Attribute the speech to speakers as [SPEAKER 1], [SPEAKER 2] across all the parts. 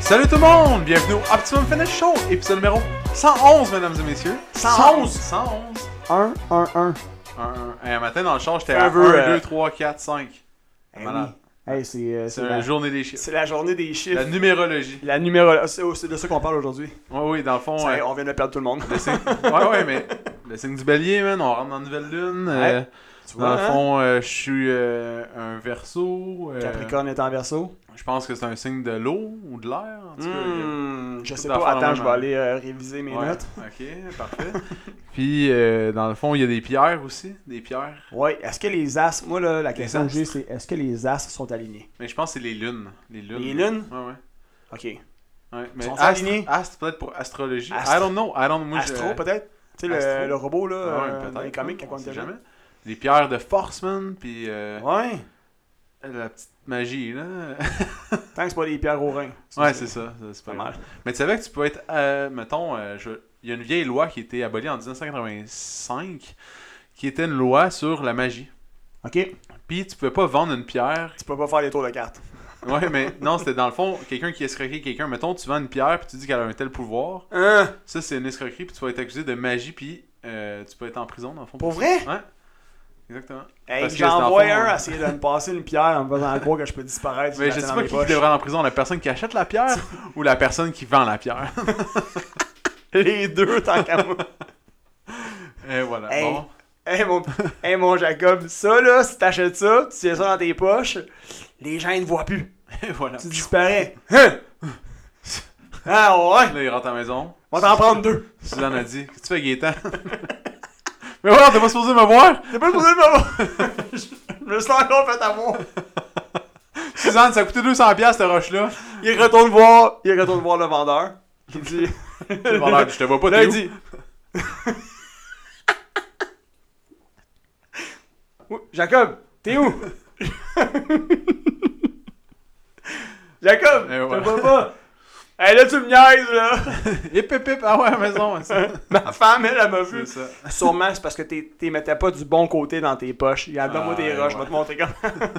[SPEAKER 1] Salut tout le monde! Bienvenue au Optimum Finish Show, épisode numéro 111, mesdames et messieurs.
[SPEAKER 2] 111.
[SPEAKER 1] 111!
[SPEAKER 2] 1, 1, 1.
[SPEAKER 1] Un, un, un matin dans le char, j'étais
[SPEAKER 2] Un
[SPEAKER 1] à 1,
[SPEAKER 2] peu, euh,
[SPEAKER 1] 2, 3, 4, 5.
[SPEAKER 2] Eh
[SPEAKER 1] Malade.
[SPEAKER 2] oui. Hey, c'est euh,
[SPEAKER 1] C'est
[SPEAKER 2] c'est
[SPEAKER 1] la
[SPEAKER 2] la,
[SPEAKER 1] journée des chiffres.
[SPEAKER 2] c'est la journée des chiffres.
[SPEAKER 1] La numérologie.
[SPEAKER 2] La, numéro. C'est oh, c'est de ça qu'on parle aujourd'hui.
[SPEAKER 1] Oui, oui, dans le fond.
[SPEAKER 2] Ça y est,
[SPEAKER 1] euh,
[SPEAKER 2] On vient de perdre tout le monde.
[SPEAKER 1] le signe- Ouais, ouais, mais le signe du bélier, man, on rentre dans la nouvelle lune. euh,
[SPEAKER 2] Ouais, Tu
[SPEAKER 1] dans
[SPEAKER 2] vois,
[SPEAKER 1] le
[SPEAKER 2] hein?
[SPEAKER 1] fond, euh, je suis euh, un verso. euh,
[SPEAKER 2] Capricorne est en verso.
[SPEAKER 1] Je pense que c'est un signe de l'eau ou de l'air. En tout cas, il y a-
[SPEAKER 2] Hmm, je sais
[SPEAKER 1] d'affaires
[SPEAKER 2] pas. Attends,
[SPEAKER 1] en même.
[SPEAKER 2] je
[SPEAKER 1] hein.
[SPEAKER 2] vais aller euh, réviser mes
[SPEAKER 1] Ouais,
[SPEAKER 2] notes.
[SPEAKER 1] Ok, parfait. Puis, euh, dans le fond, il y a des pierres aussi. Des pierres.
[SPEAKER 2] Ouais, est-ce que les as. Moi, là, la question que
[SPEAKER 1] astres.
[SPEAKER 2] j'ai, c'est est-ce que les as sont alignés
[SPEAKER 1] Mais je pense que c'est les lunes. Les lunes.
[SPEAKER 2] Les lunes?
[SPEAKER 1] Ouais, ouais.
[SPEAKER 2] Ok.
[SPEAKER 1] ouais. Mais
[SPEAKER 2] sont
[SPEAKER 1] astre,
[SPEAKER 2] alignés?
[SPEAKER 1] astre, peut-être pour astrologie.
[SPEAKER 2] Astre.
[SPEAKER 1] I don't know. I don't know. Moi, je-
[SPEAKER 2] Astro, peut-être Tu sais, le,
[SPEAKER 1] Astro.
[SPEAKER 2] le robot, là,
[SPEAKER 1] Ah ouais,
[SPEAKER 2] euh,
[SPEAKER 1] peut-être.
[SPEAKER 2] dans les comics,
[SPEAKER 1] On
[SPEAKER 2] quand on
[SPEAKER 1] sait
[SPEAKER 2] était
[SPEAKER 1] jamais.
[SPEAKER 2] jeune.
[SPEAKER 1] Les pierres de Forceman, puis euh,
[SPEAKER 2] Ouais.
[SPEAKER 1] la petite magie, là.
[SPEAKER 2] Tant que c'est pas des pierres au rein.
[SPEAKER 1] ouais, c'est ça. ça, c'est
[SPEAKER 2] Pas
[SPEAKER 1] pas
[SPEAKER 2] mal.
[SPEAKER 1] grave. Mais tu savais que tu peux être, euh, mettons, euh, je- il y a une vieille loi qui a été abolie en 1985, qui était une loi sur la magie.
[SPEAKER 2] Ok. Tu
[SPEAKER 1] Puis tu pouvais pas vendre une pierre.
[SPEAKER 2] peux pas faire les tours de cartes.
[SPEAKER 1] Ouais, mais non, c'était dans le fond, quelqu'un qui escroquait quelqu'un. Mettons, tu vends une pierre, puis tu dis qu'elle a un tel pouvoir.
[SPEAKER 2] Hein
[SPEAKER 1] Ça, c'est une escroquerie, puis tu vas être accusé de magie, puis euh, tu peux être en prison, dans le fond.
[SPEAKER 2] Pour vrai Ah,
[SPEAKER 1] Ouais. Exactement.
[SPEAKER 2] Hey,
[SPEAKER 1] Parce que c'est
[SPEAKER 2] j'en
[SPEAKER 1] en
[SPEAKER 2] vois
[SPEAKER 1] fond,
[SPEAKER 2] un
[SPEAKER 1] hein.
[SPEAKER 2] essayer de me passer une pierre en me faisant croire que je peux disparaître.
[SPEAKER 1] Mais
[SPEAKER 2] la
[SPEAKER 1] je
[SPEAKER 2] tiens
[SPEAKER 1] sais
[SPEAKER 2] dans
[SPEAKER 1] pas
[SPEAKER 2] mes
[SPEAKER 1] qui
[SPEAKER 2] poches.
[SPEAKER 1] devrait aller en prison, la personne qui achète la pierre ou la personne qui vend la pierre.
[SPEAKER 2] Les deux, tant qu'à moi.
[SPEAKER 1] Et voilà.
[SPEAKER 2] Hey.
[SPEAKER 1] Bon.
[SPEAKER 2] Hey mon, hey, mon Jacob, ça là, si t'achètes ça, tu tiens ça dans tes poches, les gens ne te voient plus.
[SPEAKER 1] Et voilà.
[SPEAKER 2] Tu disparais. Hein? Ah ouais?
[SPEAKER 1] Là, il rentre à la maison.
[SPEAKER 2] On va t'en prendre deux.
[SPEAKER 1] Suzanne a dit Qu'est-ce que tu fais, Gaétan Mais voilà, t'es pas supposé me voir
[SPEAKER 2] T'es pas le problème, maman! Je me suis encore fait avoir.
[SPEAKER 1] Suzanne, ça a coûté 200$ cette roche-là.
[SPEAKER 2] Il retourne voir, il retourne voir le vendeur. Il dit.
[SPEAKER 1] Le vendeur dit, Je te vois pas,
[SPEAKER 2] Là,
[SPEAKER 1] t'es
[SPEAKER 2] il
[SPEAKER 1] où?
[SPEAKER 2] dit. Oui, Jacob, t'es où? Jacob,
[SPEAKER 1] Et
[SPEAKER 2] je
[SPEAKER 1] ouais.
[SPEAKER 2] te vois pas. Hey, là, tu me niaises, là.
[SPEAKER 1] Hip, hip, hip, ah ouais, à la maison. C'est
[SPEAKER 2] Ma femme, elle, elle m'a vu.
[SPEAKER 1] ça.
[SPEAKER 2] Sûrement, c'est parce que t'es t'es mettais pas du bon côté dans tes poches. Il y a moi tes
[SPEAKER 1] Ah,
[SPEAKER 2] roches, je vais
[SPEAKER 1] ouais.
[SPEAKER 2] te montrer comment.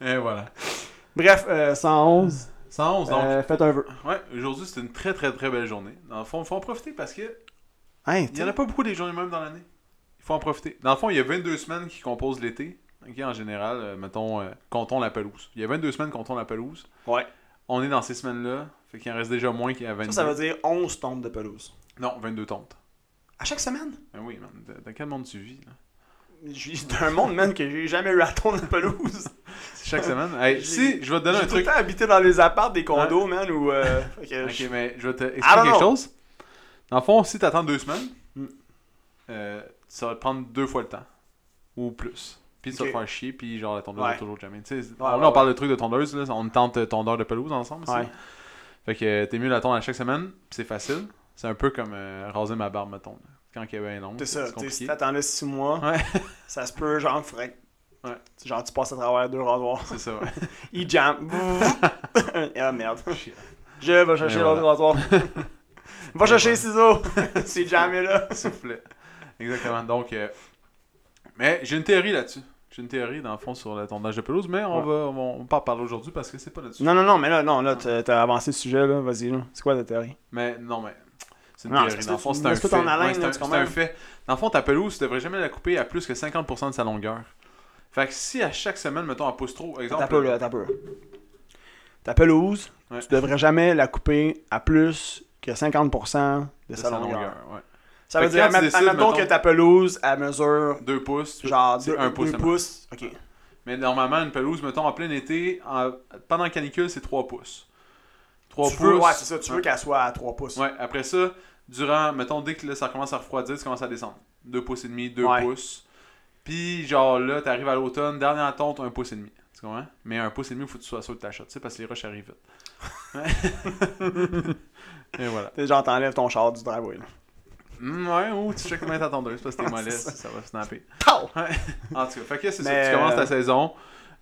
[SPEAKER 1] Et voilà.
[SPEAKER 2] Bref, euh, 111.
[SPEAKER 1] 111, donc.
[SPEAKER 2] euh, faites un vœu.
[SPEAKER 1] Ouais, aujourd'hui, c'est une très, très, très belle journée. Dans le fond, il faut en profiter parce que
[SPEAKER 2] Hey,
[SPEAKER 1] il y en a pas beaucoup des journées même dans l'année. Il faut en profiter. Dans le fond, il y a 22 semaines qui composent l'été. Ok, en général, euh, mettons, euh, comptons la pelouse. Il y a 22 semaines, comptons la pelouse.
[SPEAKER 2] Ouais.
[SPEAKER 1] On est dans ces semaines-là. Fait qu'il en reste déjà moins qu'il y a 22.
[SPEAKER 2] Ça, ça veut dire 11 tombes de pelouse.
[SPEAKER 1] Non, 22 tontes.
[SPEAKER 2] À chaque semaine?
[SPEAKER 1] Ben oui, man. Dans- Dans quel monde tu vis, là?
[SPEAKER 2] Je vis d'un monde, man, que j'ai jamais eu à tourner de pelouse.
[SPEAKER 1] C'est chaque semaine. Hey,
[SPEAKER 2] J'ai-
[SPEAKER 1] si, je vais te donner
[SPEAKER 2] J'ai
[SPEAKER 1] un
[SPEAKER 2] tout le
[SPEAKER 1] truc.
[SPEAKER 2] temps habité dans les apparts des condos, man, ou... Euh, fait que
[SPEAKER 1] Ok,
[SPEAKER 2] je-
[SPEAKER 1] mais je vais te
[SPEAKER 2] I
[SPEAKER 1] expliquer
[SPEAKER 2] don't
[SPEAKER 1] quelque
[SPEAKER 2] know.
[SPEAKER 1] chose. Dans le fond, si t'attends deux semaines,
[SPEAKER 2] Mm.
[SPEAKER 1] euh, ça va te prendre deux fois le temps. Ou plus. Puis tu vas
[SPEAKER 2] Ok.
[SPEAKER 1] te faire chier, puis genre la tondeuse
[SPEAKER 2] Ouais.
[SPEAKER 1] va toujours jamais. Tu sais, on-
[SPEAKER 2] Ouais,
[SPEAKER 1] là,
[SPEAKER 2] ouais,
[SPEAKER 1] on parle de trucs de tondeuse, là. on tente euh, tondeur de pelouse ensemble. ça.
[SPEAKER 2] Ouais.
[SPEAKER 1] Fait que euh, t'es mieux la tondre à chaque semaine, puis c'est facile. C'est un peu comme euh, raser ma barbe, mettons. là. Quand elle est bien longue,
[SPEAKER 2] C'est ça,
[SPEAKER 1] c'est
[SPEAKER 2] tu sais, si
[SPEAKER 1] compliqué.
[SPEAKER 2] t'attendais 6 mois,
[SPEAKER 1] Ouais.
[SPEAKER 2] ça se peut, genre, faudrait... que-
[SPEAKER 1] Ouais.
[SPEAKER 2] Genre, tu passes à travers deux rasoirs.
[SPEAKER 1] C'est ça, ouais.
[SPEAKER 2] Il jam. ah, merde.
[SPEAKER 1] Shit.
[SPEAKER 2] Je vais chercher
[SPEAKER 1] Et
[SPEAKER 2] l'autre
[SPEAKER 1] voilà.
[SPEAKER 2] rasoir. Va chercher les ciseaux. C'est jamais là.
[SPEAKER 1] S'il vous plaît. Exactement. Donc, euh, mais j'ai une théorie là-dessus. J'ai une théorie, dans le fond, sur le tondage de pelouse, mais on
[SPEAKER 2] Ouais.
[SPEAKER 1] va on, va- on va pas en parler aujourd'hui parce que c'est pas là-dessus.
[SPEAKER 2] Non, non, non, mais là, non, là, t'as t'as avancé le sujet, là. Vas-y, là. C'est quoi ta théorie?
[SPEAKER 1] Mais non, mais c'est une
[SPEAKER 2] Non, c'est
[SPEAKER 1] théorie.
[SPEAKER 2] parce
[SPEAKER 1] Dans le
[SPEAKER 2] que
[SPEAKER 1] fond,
[SPEAKER 2] tu
[SPEAKER 1] c'est un
[SPEAKER 2] laisses tout
[SPEAKER 1] fait.
[SPEAKER 2] en haleine,
[SPEAKER 1] Ouais, c'est
[SPEAKER 2] là,
[SPEAKER 1] un-
[SPEAKER 2] tu
[SPEAKER 1] c'est
[SPEAKER 2] comprends?
[SPEAKER 1] un fait. Dans le fond, ta pelouse, tu devrais jamais la couper à plus que 50% de sa longueur. Fait que si à chaque semaine, mettons, elle pousse trop, exemple.
[SPEAKER 2] T'as peu, là, t'as peu. Ta pelouse,
[SPEAKER 1] Ouais.
[SPEAKER 2] tu devrais jamais la couper de plus que 50% de
[SPEAKER 1] de
[SPEAKER 2] sa longueur.
[SPEAKER 1] ouais.
[SPEAKER 2] Ça
[SPEAKER 1] Fait
[SPEAKER 2] veut
[SPEAKER 1] que
[SPEAKER 2] dire,
[SPEAKER 1] quand tu
[SPEAKER 2] admet-
[SPEAKER 1] décides,
[SPEAKER 2] admettons
[SPEAKER 1] mettons-
[SPEAKER 2] que ta pelouse, elle mesure
[SPEAKER 1] Deux pouces. tu-
[SPEAKER 2] genre
[SPEAKER 1] c'est
[SPEAKER 2] 2
[SPEAKER 1] un pouce seulement.
[SPEAKER 2] pouces. Ok.
[SPEAKER 1] Mais normalement, une pelouse, mettons, en plein été, en- pendant la canicule, c'est 3 pouces. 3
[SPEAKER 2] tu
[SPEAKER 1] pouces.
[SPEAKER 2] veux, ouais, c'est ça, tu
[SPEAKER 1] Ouais.
[SPEAKER 2] veux qu'elle soit à 3 pouces.
[SPEAKER 1] Ouais, après ça, durant, mettons, dès que là, ça commence à refroidir, ça commence à descendre. 2 pouces et demi, 2
[SPEAKER 2] Ouais.
[SPEAKER 1] pouces. Puis, genre là, t'arrives à l'automne, dernière tonte, 1 pouce et demi. Tu comprends? Mais 1 pouce et demi, faut que tu sois sûr que t'achètes, tu sais, parce que les rushs arrivent vite. Ouais. et voilà.
[SPEAKER 2] T'sais, Genre, t'enlèves ton char du driveway. là.
[SPEAKER 1] Mm, ouais, ou tu checkes combien ta tondeuse parce que t'es
[SPEAKER 2] Ouais, Ah, c'est
[SPEAKER 1] mollesse,
[SPEAKER 2] ça.
[SPEAKER 1] ça va snapper.
[SPEAKER 2] Tau!
[SPEAKER 1] Ouais. En tout cas, fait que c'est
[SPEAKER 2] Mais,
[SPEAKER 1] ça. Tu commences
[SPEAKER 2] euh,
[SPEAKER 1] ta saison.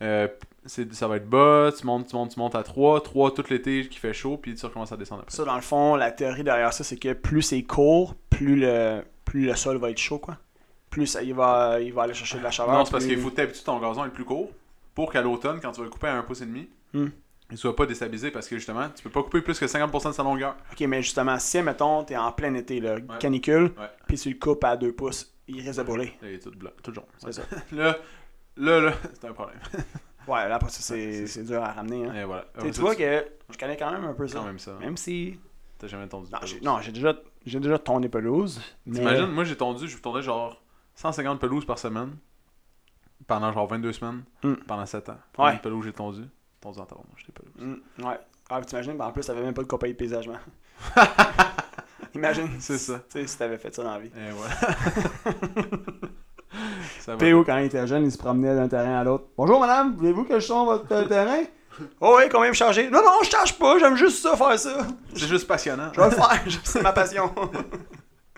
[SPEAKER 1] euh, c'est- ça va être bas, tu montes, tu montes, tu montes à 3, 3 tout l'été qui fait chaud, puis tu recommences à descendre après.
[SPEAKER 2] Ça, dans le fond, la théorie derrière ça, c'est que plus c'est court, plus le, plus le sol va être chaud, quoi. Plus ça- il, va, il va aller chercher de la chaleur.
[SPEAKER 1] non, c'est parce
[SPEAKER 2] plus-
[SPEAKER 1] qu'il faut que t'habitues ton gazon à être plus court pour qu'à l'automne, quand tu vas le couper à 1 pouce et demi,
[SPEAKER 2] Hmm.
[SPEAKER 1] il soit pas déstabilisé parce que justement, tu peux pas couper plus que 50% de sa longueur.
[SPEAKER 2] Ok, mais justement, si, mettons, t'es en plein été, là, canicule,
[SPEAKER 1] Ouais.
[SPEAKER 2] puis tu le coupes à 2 pouces, il risque de brûler.
[SPEAKER 1] Là, il est tout blanc, tout jaune.
[SPEAKER 2] C'est ça.
[SPEAKER 1] Là, là, là, c'est un problème.
[SPEAKER 2] Ouais, là, après ça, c'est
[SPEAKER 1] Ouais, c'est-
[SPEAKER 2] c'est dur à ramener. Hein.
[SPEAKER 1] Et voilà.
[SPEAKER 2] Tu sais,
[SPEAKER 1] Après
[SPEAKER 2] tu
[SPEAKER 1] ça,
[SPEAKER 2] vois que je connais quand même un peu ça.
[SPEAKER 1] quand même ça.
[SPEAKER 2] Même si.
[SPEAKER 1] T'as jamais entendu.
[SPEAKER 2] Non, j'ai- Non, j'ai déjà, j'ai déjà tourné pelouse. mais- euh,
[SPEAKER 1] T'imagines, moi j'ai tondu, je tondais genre 150 pelouses par semaine pendant genre 22 semaines,
[SPEAKER 2] Mm.
[SPEAKER 1] pendant 7 ans.
[SPEAKER 2] Ouais.
[SPEAKER 1] Combien de pelouses j'ai tondu Tondu en tabarnouche, j'ai pelouses.
[SPEAKER 2] Mm, ouais. Ah, puis t'imagines, ben, en plus, t'avais même pas de compagnie de paysagement. Imagine.
[SPEAKER 1] C'est ça.
[SPEAKER 2] Tu sais, si t'avais fait ça dans la vie.
[SPEAKER 1] Et voilà. ça va.
[SPEAKER 2] PO, quand il était jeune, il se promenait d'un terrain à l'autre. Bonjour madame, voulez-vous que je sonde votre euh, terrain? Oh oui, combien vous chargez? Non, non, je charge pas, j'aime juste ça, faire ça.
[SPEAKER 1] C'est juste passionnant.
[SPEAKER 2] Je vais le faire, c'est ma passion.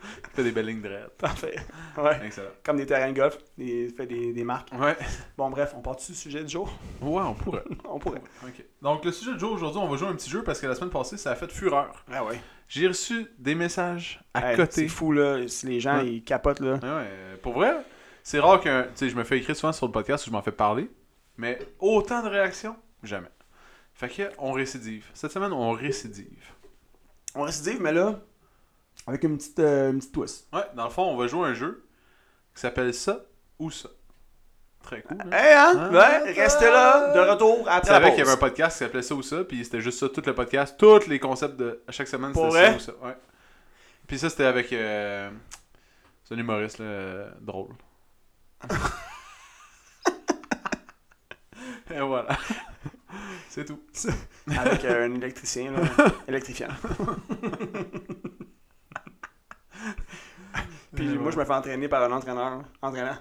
[SPEAKER 1] Tu fais des belles lignes droites.
[SPEAKER 2] Parfait. Ouais.
[SPEAKER 1] Excellent.
[SPEAKER 2] Comme des terrains de golf, il fait des, des marques.
[SPEAKER 1] Ouais.
[SPEAKER 2] Bon, bref, on part du sujet du jour?
[SPEAKER 1] Ouais, on pourrait.
[SPEAKER 2] On pourrait.
[SPEAKER 1] Ok. Donc, le sujet du jour aujourd'hui, on va jouer à un petit jeu parce que la semaine passée, ça a fait fureur.
[SPEAKER 2] Ah ouais.
[SPEAKER 1] J'ai reçu des messages à
[SPEAKER 2] Hey,
[SPEAKER 1] côté.
[SPEAKER 2] C'est fou, là, si les gens,
[SPEAKER 1] Ouais.
[SPEAKER 2] ils capotent, là.
[SPEAKER 1] Ouais, ouais, euh, pour vrai, c'est rare que. Tu sais, je me fais écrire souvent sur le podcast où je m'en fais parler, mais autant de réactions, jamais. Fait que, on récidive. Cette semaine, on récidive.
[SPEAKER 2] On récidive, mais là, avec une petite, euh, une petite twist.
[SPEAKER 1] Ouais, dans le fond, on va jouer à un jeu qui s'appelle Ça ou Ça. Très cool. Hein?
[SPEAKER 2] Hey, hein?
[SPEAKER 1] Ah.
[SPEAKER 2] ouais, restez là, de retour
[SPEAKER 1] Tu
[SPEAKER 2] après la
[SPEAKER 1] savais
[SPEAKER 2] pause.
[SPEAKER 1] qu'il y avait un podcast qui s'appelait Ça ou Ça, puis c'était juste ça, tout le podcast, tous les concepts de. À chaque semaine,
[SPEAKER 2] Pour
[SPEAKER 1] c'était Ça
[SPEAKER 2] vrai?
[SPEAKER 1] ou Ça. Ouais. Puis ça, c'était avec. euh, C'est un humoriste, là, euh, drôle. Et voilà. C'est tout.
[SPEAKER 2] Avec euh, un électricien, là, électrifiant. Puis
[SPEAKER 1] Et
[SPEAKER 2] moi,
[SPEAKER 1] voilà.
[SPEAKER 2] je me fais entraîner par un entraîneur. Entraînant.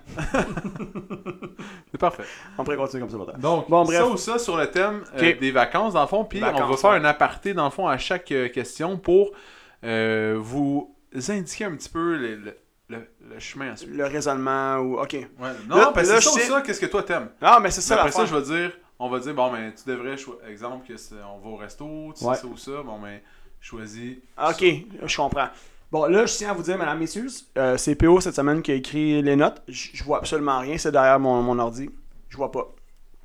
[SPEAKER 1] C'est parfait.
[SPEAKER 2] On pourrait continuer comme ça longtemps.
[SPEAKER 1] Donc,
[SPEAKER 2] Bon, bref.
[SPEAKER 1] ça ou ça sur le thème euh,
[SPEAKER 2] Ok.
[SPEAKER 1] des vacances, dans le fond. Puis on va
[SPEAKER 2] Vacances,
[SPEAKER 1] faire
[SPEAKER 2] ouais.
[SPEAKER 1] un aparté, dans le fond, à chaque euh, question pour euh, vous indiquer un petit peu le, le- le- le chemin à suivre.
[SPEAKER 2] Le raisonnement ou. Ok.
[SPEAKER 1] Ouais, non,
[SPEAKER 2] Là,
[SPEAKER 1] parce
[SPEAKER 2] là,
[SPEAKER 1] que
[SPEAKER 2] je
[SPEAKER 1] ça ou
[SPEAKER 2] sais-
[SPEAKER 1] ça, qu'est-ce que toi t'aimes?
[SPEAKER 2] Non, mais c'est ça
[SPEAKER 1] après
[SPEAKER 2] la
[SPEAKER 1] ça, je vais dire, on va dire, bon, mais tu devrais, choi- exemple, que c'est- on va au resto, tu
[SPEAKER 2] Ouais.
[SPEAKER 1] sais ça ou ça, bon, mais choisis.
[SPEAKER 2] Ah, Ok, je comprends. Bon, là, je tiens à vous dire, mesdames, messieurs, euh, c'est PO cette semaine qui a écrit les notes. J- Je vois absolument rien, c'est derrière mon, mon ordi. Je vois pas.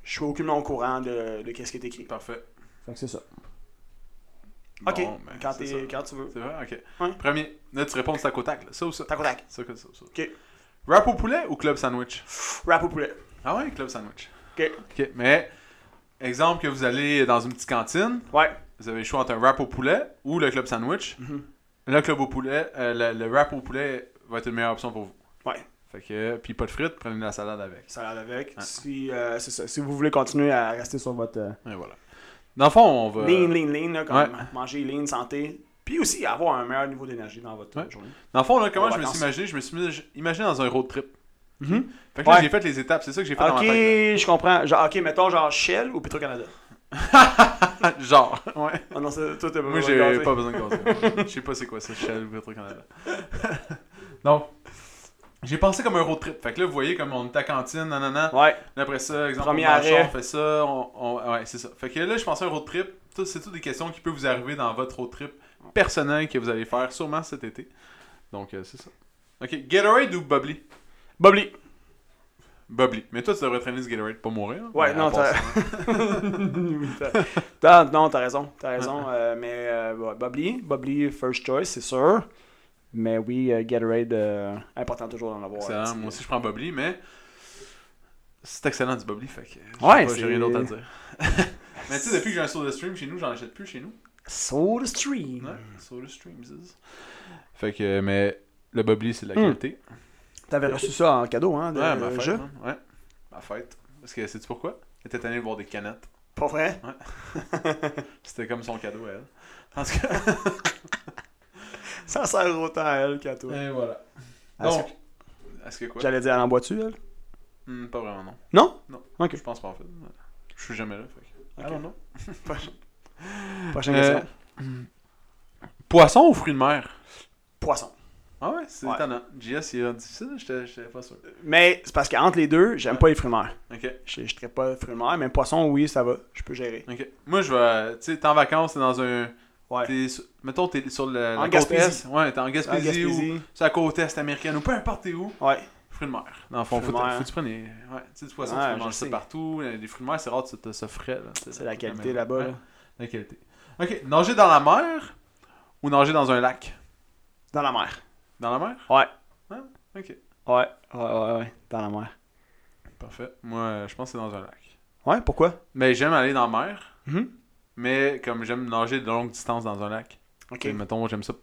[SPEAKER 2] Je suis aucunement au courant de, de qu'est-ce qui est écrit.
[SPEAKER 1] Parfait.
[SPEAKER 2] Fait que c'est ça.
[SPEAKER 1] Bon,
[SPEAKER 2] Ok,
[SPEAKER 1] ben,
[SPEAKER 2] quand,
[SPEAKER 1] c'est
[SPEAKER 2] t'es-
[SPEAKER 1] ça.
[SPEAKER 2] quand tu veux.
[SPEAKER 1] C'est vrai, ok.
[SPEAKER 2] Ouais.
[SPEAKER 1] Premier, là, tu réponds de tac au tac, là. ça ou ça.
[SPEAKER 2] Tac au tac.
[SPEAKER 1] Ça ou ça. ou ça.
[SPEAKER 2] Ok.
[SPEAKER 1] Rap au poulet ou club sandwich?
[SPEAKER 2] Rap au poulet.
[SPEAKER 1] Ah ouais, club sandwich.
[SPEAKER 2] Ok.
[SPEAKER 1] Ok, mais exemple que vous allez dans une petite cantine,
[SPEAKER 2] Ouais.
[SPEAKER 1] vous avez le choix entre un wrap au poulet ou le club sandwich.
[SPEAKER 2] Mhm.
[SPEAKER 1] Le club au poulet, euh, le, le wrap au poulet va être une meilleure option pour vous.
[SPEAKER 2] Ouais.
[SPEAKER 1] Fait que, puis pas de frites, prenez de la salade avec.
[SPEAKER 2] Salade avec.
[SPEAKER 1] Ah.
[SPEAKER 2] Si, euh, c'est ça. Si vous voulez continuer à rester sur votre euh,
[SPEAKER 1] Et voilà. Dans le fond, on va.
[SPEAKER 2] lean, lean, lean, là, comme
[SPEAKER 1] ouais.
[SPEAKER 2] manger lean, santé. Puis aussi avoir un meilleur niveau d'énergie dans votre euh,
[SPEAKER 1] Ouais.
[SPEAKER 2] journée.
[SPEAKER 1] Dans le fond, là, comment
[SPEAKER 2] En
[SPEAKER 1] je me suis
[SPEAKER 2] vacances.
[SPEAKER 1] imaginé Je me suis mis- imaginé dans un road trip.
[SPEAKER 2] Oh, Mhm.
[SPEAKER 1] Fait que là,
[SPEAKER 2] Ouais.
[SPEAKER 1] j'ai fait les étapes, c'est ça que j'ai fait dans
[SPEAKER 2] Ok,
[SPEAKER 1] ma tête.
[SPEAKER 2] je comprends. Genre, ok, mettons genre Shell ou Petro-Canada.
[SPEAKER 1] là. Genre, ouais.
[SPEAKER 2] Ah non, c'est- toi, t'as
[SPEAKER 1] Moi,
[SPEAKER 2] besoin
[SPEAKER 1] j'ai
[SPEAKER 2] de gâter.
[SPEAKER 1] pas besoin de gâteau. Je sais pas c'est quoi ça, Shell ou Petro-Canada. Donc, j'ai pensé comme un road trip. Fait que là, vous voyez, comme on est à cantine, nanana.
[SPEAKER 2] Ouais.
[SPEAKER 1] Là, Après ça, exemple,
[SPEAKER 2] Premier
[SPEAKER 1] on, mange ça,
[SPEAKER 2] arrêt.
[SPEAKER 1] on fait ça, on, on- ouais, c'est ça. Fait que là, je pensais à un road trip. Tout- C'est toutes des questions qui peuvent vous arriver dans votre road trip personnel que vous allez faire sûrement cet été. Donc, euh, c'est ça. Ok, Gatorade ou Bubbly
[SPEAKER 2] Bobli.
[SPEAKER 1] Bubbly. Mais toi, tu devrais traîner du Gatorade pour mourir. hein.
[SPEAKER 2] Ouais,
[SPEAKER 1] Mais
[SPEAKER 2] non,
[SPEAKER 1] à part
[SPEAKER 2] t'as-
[SPEAKER 1] ça, hein.
[SPEAKER 2] T'as- t'as- non, t'as raison. T'as raison. euh, mais euh, ouais, Bobli, Bobli, first choice, c'est sûr. Mais oui, euh, Gatorade, euh, important toujours d'en avoir.
[SPEAKER 1] Excellent.
[SPEAKER 2] hein,
[SPEAKER 1] Moi
[SPEAKER 2] c'est-
[SPEAKER 1] aussi, je prends Bubbly, mais c'est excellent du Bubbly. Fait que je sais
[SPEAKER 2] Ouais,
[SPEAKER 1] pas, j'ai
[SPEAKER 2] c'est-
[SPEAKER 1] rien d'autre à dire. mais tu sais, depuis que j'ai un Soda Stream chez nous, j'en achète plus chez nous.
[SPEAKER 2] Soda Stream.
[SPEAKER 1] Ouais, Soda Streams. Fait que, mais le Bubbly, c'est de la
[SPEAKER 2] Hmm.
[SPEAKER 1] qualité.
[SPEAKER 2] T'avais reçu ça en cadeau, hein, de
[SPEAKER 1] Ouais, ma
[SPEAKER 2] de
[SPEAKER 1] fête.
[SPEAKER 2] jeu.
[SPEAKER 1] hein, Ouais, ma fête. Parce que sais-tu pourquoi? Elle était allée voir des canettes.
[SPEAKER 2] Pas vrai?
[SPEAKER 1] C'était comme son cadeau à elle. En tout cas,
[SPEAKER 2] Ça sert autant à elle qu'à toi.
[SPEAKER 1] et voilà.
[SPEAKER 2] Est-ce
[SPEAKER 1] Donc, est-ce que quoi?
[SPEAKER 2] J'allais dire, elle en boit-tu, elle?
[SPEAKER 1] Hmm, pas vraiment, non.
[SPEAKER 2] Non?
[SPEAKER 1] Non.
[SPEAKER 2] Ok.
[SPEAKER 1] Je pense pas, en fait. Je suis jamais là, fait que...
[SPEAKER 2] Ok.
[SPEAKER 1] I don't know.
[SPEAKER 2] Prochaine
[SPEAKER 1] Euh,
[SPEAKER 2] question.
[SPEAKER 1] Poisson ou fruits de mer?
[SPEAKER 2] Poisson.
[SPEAKER 1] Ah ouais, c'est
[SPEAKER 2] Ouais.
[SPEAKER 1] étonnant. JS, il est difficile, j'étais j'étais pas sûr.
[SPEAKER 2] Mais c'est parce qu'entre les deux, j'aime pas les fruits de mer.
[SPEAKER 1] Ok.
[SPEAKER 2] Je ne traite pas les fruits de mer, mais poisson, oui, ça va. Je peux gérer.
[SPEAKER 1] Ok. Moi, je vais. Tu sais, t'es en vacances, t'es dans un.
[SPEAKER 2] Ouais.
[SPEAKER 1] T'es sur- mettons, t'es sur le,
[SPEAKER 2] En
[SPEAKER 1] la côte est.
[SPEAKER 2] Gaspésie.
[SPEAKER 1] Ouais, t'es en Gaspésie,
[SPEAKER 2] Ah, Gaspésie.
[SPEAKER 1] ou sur la côte est américaine ou peu importe t'es où.
[SPEAKER 2] Ouais.
[SPEAKER 1] Fruits de mer. Dans le fond, faut,
[SPEAKER 2] Fruits de mer.
[SPEAKER 1] faut que tu prennes les. Ouais, tu sais, du poisson,
[SPEAKER 2] Ouais,
[SPEAKER 1] tu peux
[SPEAKER 2] je
[SPEAKER 1] manger ça
[SPEAKER 2] sais.
[SPEAKER 1] partout. Les fruits de mer, c'est rare que tu te ça frais. là, tu sais,
[SPEAKER 2] C'est la
[SPEAKER 1] toute
[SPEAKER 2] qualité
[SPEAKER 1] mer.
[SPEAKER 2] là-bas.
[SPEAKER 1] Ouais,
[SPEAKER 2] là.
[SPEAKER 1] la qualité. Ok. Nager dans la mer ou nager dans un lac
[SPEAKER 2] Dans la mer.
[SPEAKER 1] Dans la mer
[SPEAKER 2] Ouais.
[SPEAKER 1] Ok.
[SPEAKER 2] Ouais. Ouais, ouais, ouais. Dans la mer.
[SPEAKER 1] Parfait. Moi, euh, je pense que c'est dans un lac.
[SPEAKER 2] Ouais, pourquoi
[SPEAKER 1] Mais j'aime aller dans la mer.
[SPEAKER 2] Mhm.
[SPEAKER 1] Mais comme j'aime nager de longues distances dans un lac.
[SPEAKER 2] Ok.
[SPEAKER 1] Tu sais, Mettons, j'aime ça. Tu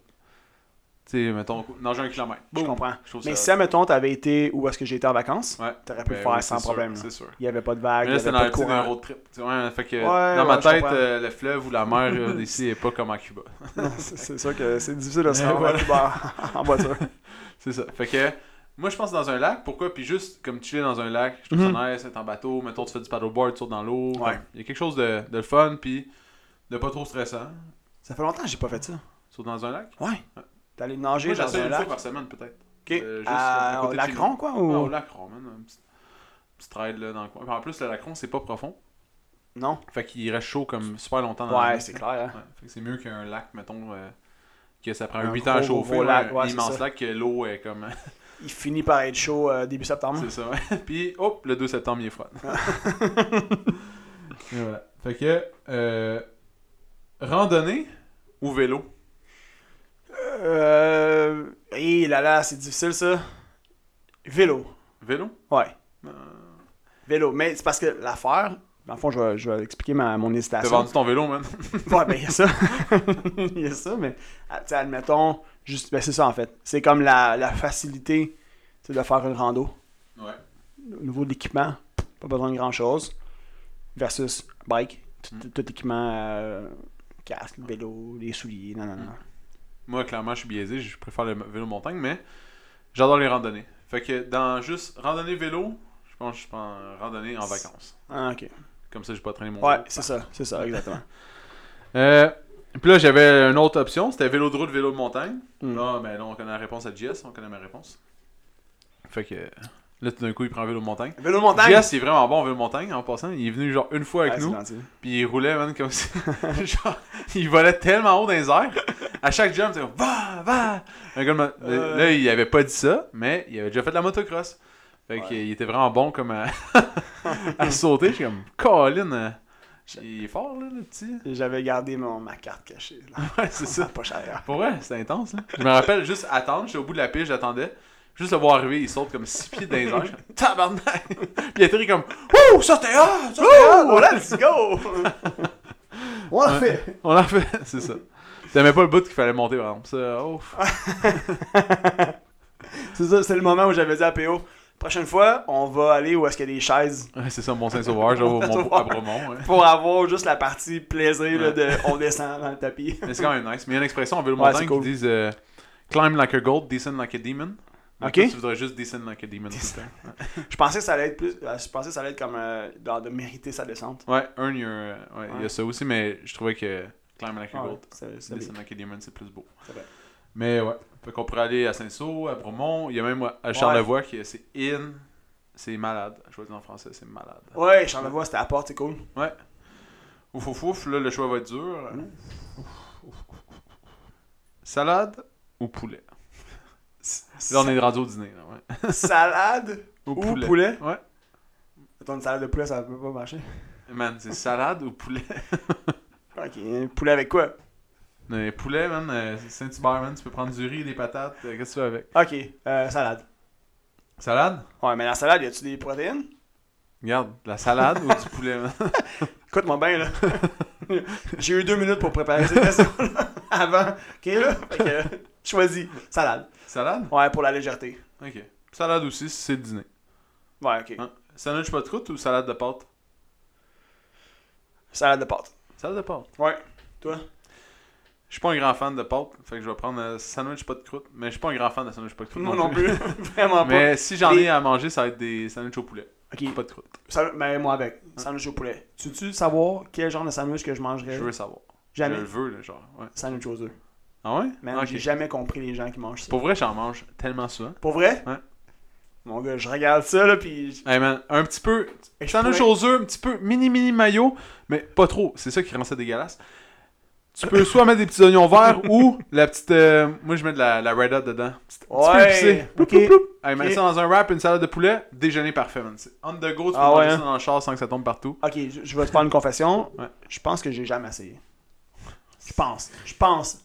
[SPEAKER 1] sais, mettons, nager un kilomètre.
[SPEAKER 2] Je
[SPEAKER 1] Boum.
[SPEAKER 2] comprends.
[SPEAKER 1] Je trouve
[SPEAKER 2] Mais
[SPEAKER 1] ça-
[SPEAKER 2] si, mettons, t'avais été où est-ce que j'étais en vacances,
[SPEAKER 1] Ouais.
[SPEAKER 2] t'aurais pu le
[SPEAKER 1] Ben
[SPEAKER 2] faire
[SPEAKER 1] oui,
[SPEAKER 2] sans
[SPEAKER 1] c'est sûr,
[SPEAKER 2] problème. là.
[SPEAKER 1] C'est sûr.
[SPEAKER 2] Il n'y avait pas de vague,
[SPEAKER 1] Mais
[SPEAKER 2] il
[SPEAKER 1] là,
[SPEAKER 2] n'y avait
[SPEAKER 1] c'était dans
[SPEAKER 2] pas
[SPEAKER 1] le
[SPEAKER 2] de
[SPEAKER 1] petit d'un
[SPEAKER 2] courant.
[SPEAKER 1] road trip. tu vois, fait que,
[SPEAKER 2] Ouais,
[SPEAKER 1] dans ma
[SPEAKER 2] ouais, je
[SPEAKER 1] tête,
[SPEAKER 2] comprends.
[SPEAKER 1] euh, le fleuve ou la mer euh, d'ici n'est pas comme à Cuba.
[SPEAKER 2] C'est c'est sûr que c'est difficile de se
[SPEAKER 1] Mais
[SPEAKER 2] rendre
[SPEAKER 1] Eh voilà.
[SPEAKER 2] à Cuba en voiture.
[SPEAKER 1] C'est ça. Fait que moi, je pense dans un lac. Pourquoi Puis juste comme tu es dans un lac, je trouve ça nice, être en bateau. Mettons, tu fais du paddleboard, tu sautes dans l'eau.
[SPEAKER 2] Mhm. Ouais.
[SPEAKER 1] Comme, Il y a quelque chose de, de le fun, puis de pas trop stressant.
[SPEAKER 2] Ça fait longtemps que j'ai pas fait ça.
[SPEAKER 1] Saute dans un lac.
[SPEAKER 2] Ouais. T'es allé nager
[SPEAKER 1] Moi,
[SPEAKER 2] dans
[SPEAKER 1] j'essaie
[SPEAKER 2] un
[SPEAKER 1] une
[SPEAKER 2] lac. Oh.
[SPEAKER 1] fois par semaine, peut-être.
[SPEAKER 2] Ok.
[SPEAKER 1] euh, juste à
[SPEAKER 2] à
[SPEAKER 1] côté de chez
[SPEAKER 2] Lacron, quoi
[SPEAKER 1] Ah,
[SPEAKER 2] ou...
[SPEAKER 1] au lac Ron, man, un petit, petit trail là, dans le coin. Puis en plus, le lac Ron, c'est pas profond.
[SPEAKER 2] Non.
[SPEAKER 1] Fait qu'il reste chaud comme super longtemps dans la
[SPEAKER 2] Ouais,
[SPEAKER 1] nuit.
[SPEAKER 2] c'est clair. hein.
[SPEAKER 1] Ouais, fait que c'est mieux qu'un lac, mettons, euh, que ça prend
[SPEAKER 2] Un
[SPEAKER 1] 8
[SPEAKER 2] gros,
[SPEAKER 1] ans à
[SPEAKER 2] gros,
[SPEAKER 1] chauffer,
[SPEAKER 2] gros
[SPEAKER 1] ouais, un
[SPEAKER 2] lac, ouais, c'est
[SPEAKER 1] immense
[SPEAKER 2] ça.
[SPEAKER 1] lac que l'eau est comme...
[SPEAKER 2] Il finit par être chaud euh, début septembre.
[SPEAKER 1] c'est ça, ouais. Puis, hop, le 2 septembre, il est froid. Et voilà. Fait que, euh, randonnée ou vélo?
[SPEAKER 2] Euh. Hé là là, c'est difficile ça. Vélo.
[SPEAKER 1] Vélo?
[SPEAKER 2] Ouais.
[SPEAKER 1] Euh,
[SPEAKER 2] Vélo. Mais c'est parce que l'affaire. Dans le fond, je vais, je vais expliquer ma, mon
[SPEAKER 1] T'as
[SPEAKER 2] hésitation.
[SPEAKER 1] vendu ton vélo, man?
[SPEAKER 2] Ouais, ben, il y a ça. Il y a ça, mais, ah, tu sais, admettons, juste, ben, c'est ça, en fait. C'est comme la, la facilité, tu sais, de faire une rando.
[SPEAKER 1] Ouais.
[SPEAKER 2] Au niveau de l'équipement, pas besoin de grand-chose. Versus bike, tout, tout- tout équipement, euh, casque, vélo, les souliers, non, non, non.
[SPEAKER 1] Moi, clairement, je suis biaisé. Je préfère le vélo montagne, mais j'adore les randonnées. Fait que dans juste randonnée vélo, je pense que je prends randonnée en vacances.
[SPEAKER 2] Ah, ok.
[SPEAKER 1] Comme ça, j'ai pas traîné mon
[SPEAKER 2] Ouais,
[SPEAKER 1] vélo.
[SPEAKER 2] c'est ça, c'est ça, exactement.
[SPEAKER 1] Euh, puis là, j'avais une autre option. C'était vélo de route, vélo de montagne.
[SPEAKER 2] Mm.
[SPEAKER 1] Là, ben, là, on connaît la réponse à JS. On connaît ma réponse. Fait que là, tout d'un coup, il prend vélo de montagne.
[SPEAKER 2] Vélo montagne!
[SPEAKER 1] JS, il est vraiment bon en vélo de montagne en passant. Il est venu genre une fois avec
[SPEAKER 2] Ah, c'est
[SPEAKER 1] nous.
[SPEAKER 2] gentil.
[SPEAKER 1] Puis il roulait, man, comme si. genre, il volait tellement haut dans les airs. À chaque jump, c'est comme va, va. Un gars, le-
[SPEAKER 2] Euh.
[SPEAKER 1] Là, il avait pas dit ça, mais il avait déjà fait de la motocross. Fait
[SPEAKER 2] Ouais.
[SPEAKER 1] qu'il était vraiment bon comme à, à sauter. Je suis comme, Colin, euh, il est fort, là, le petit.
[SPEAKER 2] J'avais gardé mon, ma carte cachée, là.
[SPEAKER 1] Ouais, c'est ça.
[SPEAKER 2] Pas cher.
[SPEAKER 1] Pour vrai, c'était intense, là. Je me rappelle juste attendre, j'étais au bout de la piste, j'attendais. Juste le voir arriver, il saute comme six pieds dans les airs. Je suis comme, Tabarnak! Puis il atterrit comme,
[SPEAKER 2] Ouh, ça c'était ah! Ça c'était ah! Voilà, let's go! On l'a
[SPEAKER 1] Ouais.
[SPEAKER 2] fait!
[SPEAKER 1] On en fait, c'est ça. T'aimais pas le bout qu'il fallait monter, par exemple. Ça, ouf.
[SPEAKER 2] C'est ça, c'est le moment où j'avais dit à PO, prochaine fois, on va aller où est-ce qu'il y a des chaises
[SPEAKER 1] Ouais, c'est ça, Mont-Saint-Sauveur, genre au Mont à Bromont. ouais.
[SPEAKER 2] pour avoir juste la partie plaisir là,
[SPEAKER 1] Ouais.
[SPEAKER 2] de on descend dans le tapis.
[SPEAKER 1] Mais c'est quand même nice. Mais il y a une expression en vélo
[SPEAKER 2] Ouais,
[SPEAKER 1] montagne
[SPEAKER 2] c'est cool.
[SPEAKER 1] qui dit euh, Climb like a gold, descend like a demon. Mais
[SPEAKER 2] Ok.
[SPEAKER 1] toi, Tu voudrais juste descend like a demon. tout le
[SPEAKER 2] Descend.
[SPEAKER 1] temps.
[SPEAKER 2] Je pensais que ça allait être plus, euh, je pensais que ça allait être comme euh, genre de mériter sa descente.
[SPEAKER 1] Ouais, earn your. euh, Ouais, il y a
[SPEAKER 2] Ouais.
[SPEAKER 1] ça aussi, mais je trouvais que Climb like a
[SPEAKER 2] Ouais,
[SPEAKER 1] gold,
[SPEAKER 2] c'est- c'est bien.
[SPEAKER 1] descend like a demon, c'est plus beau.
[SPEAKER 2] C'est vrai.
[SPEAKER 1] Mais ouais. Fait qu'on pourrait aller à Saint-Saul, à Bromont. Il y a même à Charlevoix qui est- c'est in. C'est malade. Je vais le dire en français, c'est malade.
[SPEAKER 2] Ouais, Charlevoix, c'était à porte, c'est cool.
[SPEAKER 1] Ouf, ouf, ouf, là, le choix va être dur.
[SPEAKER 2] Mmh.
[SPEAKER 1] Salade ou poulet Là, on est rendu au dîner. Là, ouais.
[SPEAKER 2] Salade
[SPEAKER 1] Ou
[SPEAKER 2] ou
[SPEAKER 1] poulet.
[SPEAKER 2] poulet.
[SPEAKER 1] Ouais.
[SPEAKER 2] Attends, une salade de poulet, ça peut pas marcher.
[SPEAKER 1] Man, c'est salade ou poulet?
[SPEAKER 2] Ok, poulet avec quoi?
[SPEAKER 1] Non, mais poulet, man, euh, c'est Saint-Hubert, man, tu peux prendre du riz, des patates, euh, qu'est-ce que tu fais avec?
[SPEAKER 2] Ok, euh, salade.
[SPEAKER 1] Salade?
[SPEAKER 2] Ouais, mais la salade, y a-tu des protéines?
[SPEAKER 1] Regarde, de la salade ou du poulet, man?
[SPEAKER 2] Écoute-moi bien, là. J'ai eu deux minutes pour préparer cette question avant. Ok, là? Fait que, euh, choisis. Salade.
[SPEAKER 1] Salade?
[SPEAKER 2] Ouais, pour la légèreté.
[SPEAKER 1] Ok. Salade aussi, si c'est le dîner.
[SPEAKER 2] Ouais, ok.
[SPEAKER 1] Hein? Sandwich pas de croûte ou salade de pâte?
[SPEAKER 2] Salade de pâte.
[SPEAKER 1] Salade de pâte.
[SPEAKER 2] Ouais. Toi?
[SPEAKER 1] Je suis pas un grand fan de pâte, fait que je vais prendre euh, sandwich pas de croûte, mais je suis pas un grand fan de sandwich pas de croûte.
[SPEAKER 2] Moi non plus. Vraiment pas.
[SPEAKER 1] Mais si j'en
[SPEAKER 2] Les-
[SPEAKER 1] ai à manger, ça va être des sandwichs au poulet,
[SPEAKER 2] Ok.
[SPEAKER 1] pas de croûte.
[SPEAKER 2] Sand- Mais moi avec. Sandwich au poulet. Tu veux-tu savoir quel genre de sandwich que je mangerais?
[SPEAKER 1] Je veux savoir. Je
[SPEAKER 2] euh, Jamais.
[SPEAKER 1] le veux, là, genre. Ouais.
[SPEAKER 2] Sandwich aux œufs.
[SPEAKER 1] Ah ouais?
[SPEAKER 2] Man,
[SPEAKER 1] Ok.
[SPEAKER 2] j'ai jamais compris les gens qui mangent ça.
[SPEAKER 1] Pour vrai, j'en mange tellement souvent.
[SPEAKER 2] Pour vrai?
[SPEAKER 1] Ouais.
[SPEAKER 2] Mon gars, je regarde ça, là, puis...
[SPEAKER 1] Hey man, un petit peu.
[SPEAKER 2] je
[SPEAKER 1] Sandwich
[SPEAKER 2] pourrais-
[SPEAKER 1] aux œufs, un petit peu mini mini maillot, mais pas trop. C'est ça qui rend ça dégueulasse. Tu peux soit mettre des petits oignons verts ou la petite. euh, moi, je mets de la, la red hot dedans. Petite- Un petit peu
[SPEAKER 2] Ouais,
[SPEAKER 1] épicée. Ploup,
[SPEAKER 2] ok.
[SPEAKER 1] ploup, ploup. Hey, mets
[SPEAKER 2] Ok.
[SPEAKER 1] ça dans un wrap, une salade de poulet, déjeuner parfait, man. C'est on the go, tu peux
[SPEAKER 2] Ah
[SPEAKER 1] manger
[SPEAKER 2] ouais,
[SPEAKER 1] ça
[SPEAKER 2] hein?
[SPEAKER 1] dans le char sans que ça tombe partout.
[SPEAKER 2] Ok, je, je vais te faire une confession.
[SPEAKER 1] Ouais.
[SPEAKER 2] Je pense que j'ai jamais essayé. Je pense. Je pense.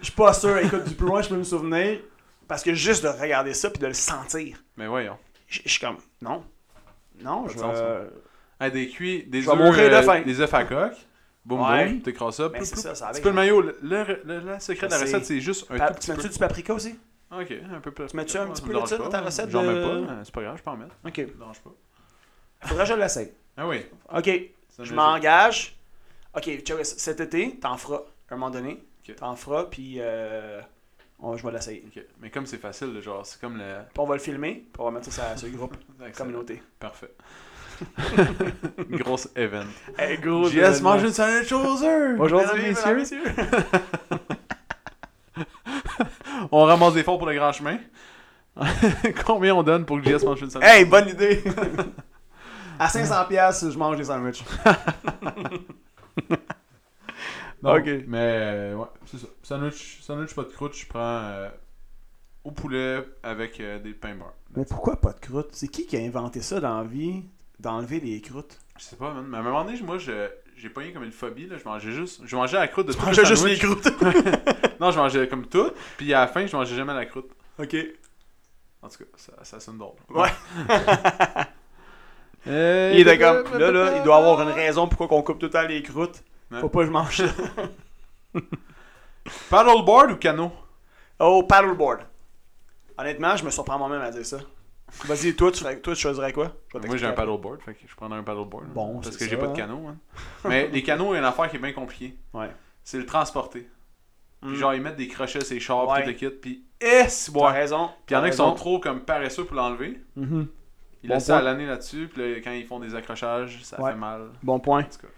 [SPEAKER 2] Je suis pas sûr. Écoute, du plus loin, je peux me souvenir. Parce que juste de regarder ça puis de le sentir,
[SPEAKER 1] Mais voyons.
[SPEAKER 2] je je suis comme, non. Non, je
[SPEAKER 1] de sens,
[SPEAKER 2] vais...
[SPEAKER 1] Hey, des cuits, des
[SPEAKER 2] Je vais mourir de faim.
[SPEAKER 1] œufs, euh, des œufs à coque. Boum
[SPEAKER 2] Ouais.
[SPEAKER 1] boum, t'écrases ça.
[SPEAKER 2] Mais
[SPEAKER 1] ploup,
[SPEAKER 2] c'est
[SPEAKER 1] ploup.
[SPEAKER 2] ça, ça
[SPEAKER 1] Un petit
[SPEAKER 2] avec.
[SPEAKER 1] peu le maillot. Le, le- le- le secret de la
[SPEAKER 2] Mais
[SPEAKER 1] recette,
[SPEAKER 2] c'est-
[SPEAKER 1] c'est juste un
[SPEAKER 2] Pa-
[SPEAKER 1] tout
[SPEAKER 2] tu
[SPEAKER 1] petit peu.
[SPEAKER 2] mets-tu du paprika aussi?
[SPEAKER 1] Ok, un peu plus.
[SPEAKER 2] Tu mets-tu un petit
[SPEAKER 1] Ça me
[SPEAKER 2] peu de
[SPEAKER 1] dérange
[SPEAKER 2] ça dans
[SPEAKER 1] pas,
[SPEAKER 2] ta
[SPEAKER 1] hein.
[SPEAKER 2] recette
[SPEAKER 1] J'en
[SPEAKER 2] de-
[SPEAKER 1] mets pas, euh, c'est pas grave, je peux en mettre.
[SPEAKER 2] Ok.
[SPEAKER 1] Ça me dérange pas.
[SPEAKER 2] Faudrait que je l'essaye.
[SPEAKER 1] Ah oui.
[SPEAKER 2] Ok,
[SPEAKER 1] ça
[SPEAKER 2] je
[SPEAKER 1] me-
[SPEAKER 2] m'engage. Ok, check, cet été, t'en feras. À un moment donné,
[SPEAKER 1] Ok.
[SPEAKER 2] t'en feras, puis euh, on- je vais l'essayer. Puis
[SPEAKER 1] Ok, Mais comme c'est facile, là, genre, c'est comme le.
[SPEAKER 2] on va le filmer, puis on va mettre ça sur- sur le groupe communauté.
[SPEAKER 1] Parfait. Grosse event.
[SPEAKER 2] Hey, gros,
[SPEAKER 1] JS mange une salade chose
[SPEAKER 2] Aujourd'hui, messieurs.
[SPEAKER 1] On ramasse des fonds pour le grand chemin. Combien on donne pour que JS mange une salade
[SPEAKER 2] Hey, bonne idée! à 500$, piastres, je mange des sandwichs.
[SPEAKER 1] Non,
[SPEAKER 2] ok.
[SPEAKER 1] Mais euh, ouais, c'est ça. Sandwich, sandwich pas de croûte, je prends euh, au poulet avec euh, des pains beurre.
[SPEAKER 2] Mais pourquoi pas de croûte? C'est qui qui a inventé ça dans la vie, d'enlever les croûtes?
[SPEAKER 1] Je sais pas, man. Mais à un moment donné, moi, je- j'ai pogné comme une phobie. Là. Je mangeais juste. Je mangeais la croûte de tout. le sandwich.
[SPEAKER 2] croûtes.
[SPEAKER 1] Non, je mangeais comme tout. Puis à la fin, je mangeais jamais la croûte.
[SPEAKER 2] ok.
[SPEAKER 1] En tout cas, ça, ça sonne drôle.
[SPEAKER 2] Ouais.
[SPEAKER 1] Euh,
[SPEAKER 2] Il était comme, là, là, il doit avoir une raison pourquoi qu'on coupe tout le temps les croûtes.
[SPEAKER 1] Ouais.
[SPEAKER 2] Faut pas que je mange ça.
[SPEAKER 1] Paddleboard ou canot
[SPEAKER 2] Oh, paddleboard. Honnêtement, je me surprends moi-même à dire ça. Vas-y, toi, tu, ferais- toi, tu choisirais quoi? Je vais
[SPEAKER 1] Moi, j'ai un
[SPEAKER 2] t'expliquer.
[SPEAKER 1] paddleboard. Fait que je prendrais un paddleboard. là.
[SPEAKER 2] Bon,
[SPEAKER 1] Parce
[SPEAKER 2] c'est
[SPEAKER 1] que
[SPEAKER 2] ça,
[SPEAKER 1] j'ai pas de
[SPEAKER 2] hein.
[SPEAKER 1] canot, man. Mais les canots, il y a une affaire qui est bien compliquée.
[SPEAKER 2] Ouais.
[SPEAKER 1] C'est le transporter. Puis
[SPEAKER 2] Mm.
[SPEAKER 1] genre, ils mettent des crochets, ces chars,
[SPEAKER 2] Ouais.
[SPEAKER 1] pis tout le kit. Puis, yes,
[SPEAKER 2] T'as
[SPEAKER 1] ouais.
[SPEAKER 2] raison.
[SPEAKER 1] Puis il y en a
[SPEAKER 2] t'as
[SPEAKER 1] qui sont
[SPEAKER 2] raison.
[SPEAKER 1] trop comme paresseux pour l'enlever.
[SPEAKER 2] Mhm.
[SPEAKER 1] Ils
[SPEAKER 2] Bon
[SPEAKER 1] laissent ça à
[SPEAKER 2] point.
[SPEAKER 1] l'année là-dessus. Puis là, quand ils font des accrochages, ça
[SPEAKER 2] Ouais.
[SPEAKER 1] fait mal.
[SPEAKER 2] Bon point.
[SPEAKER 1] En tout cas.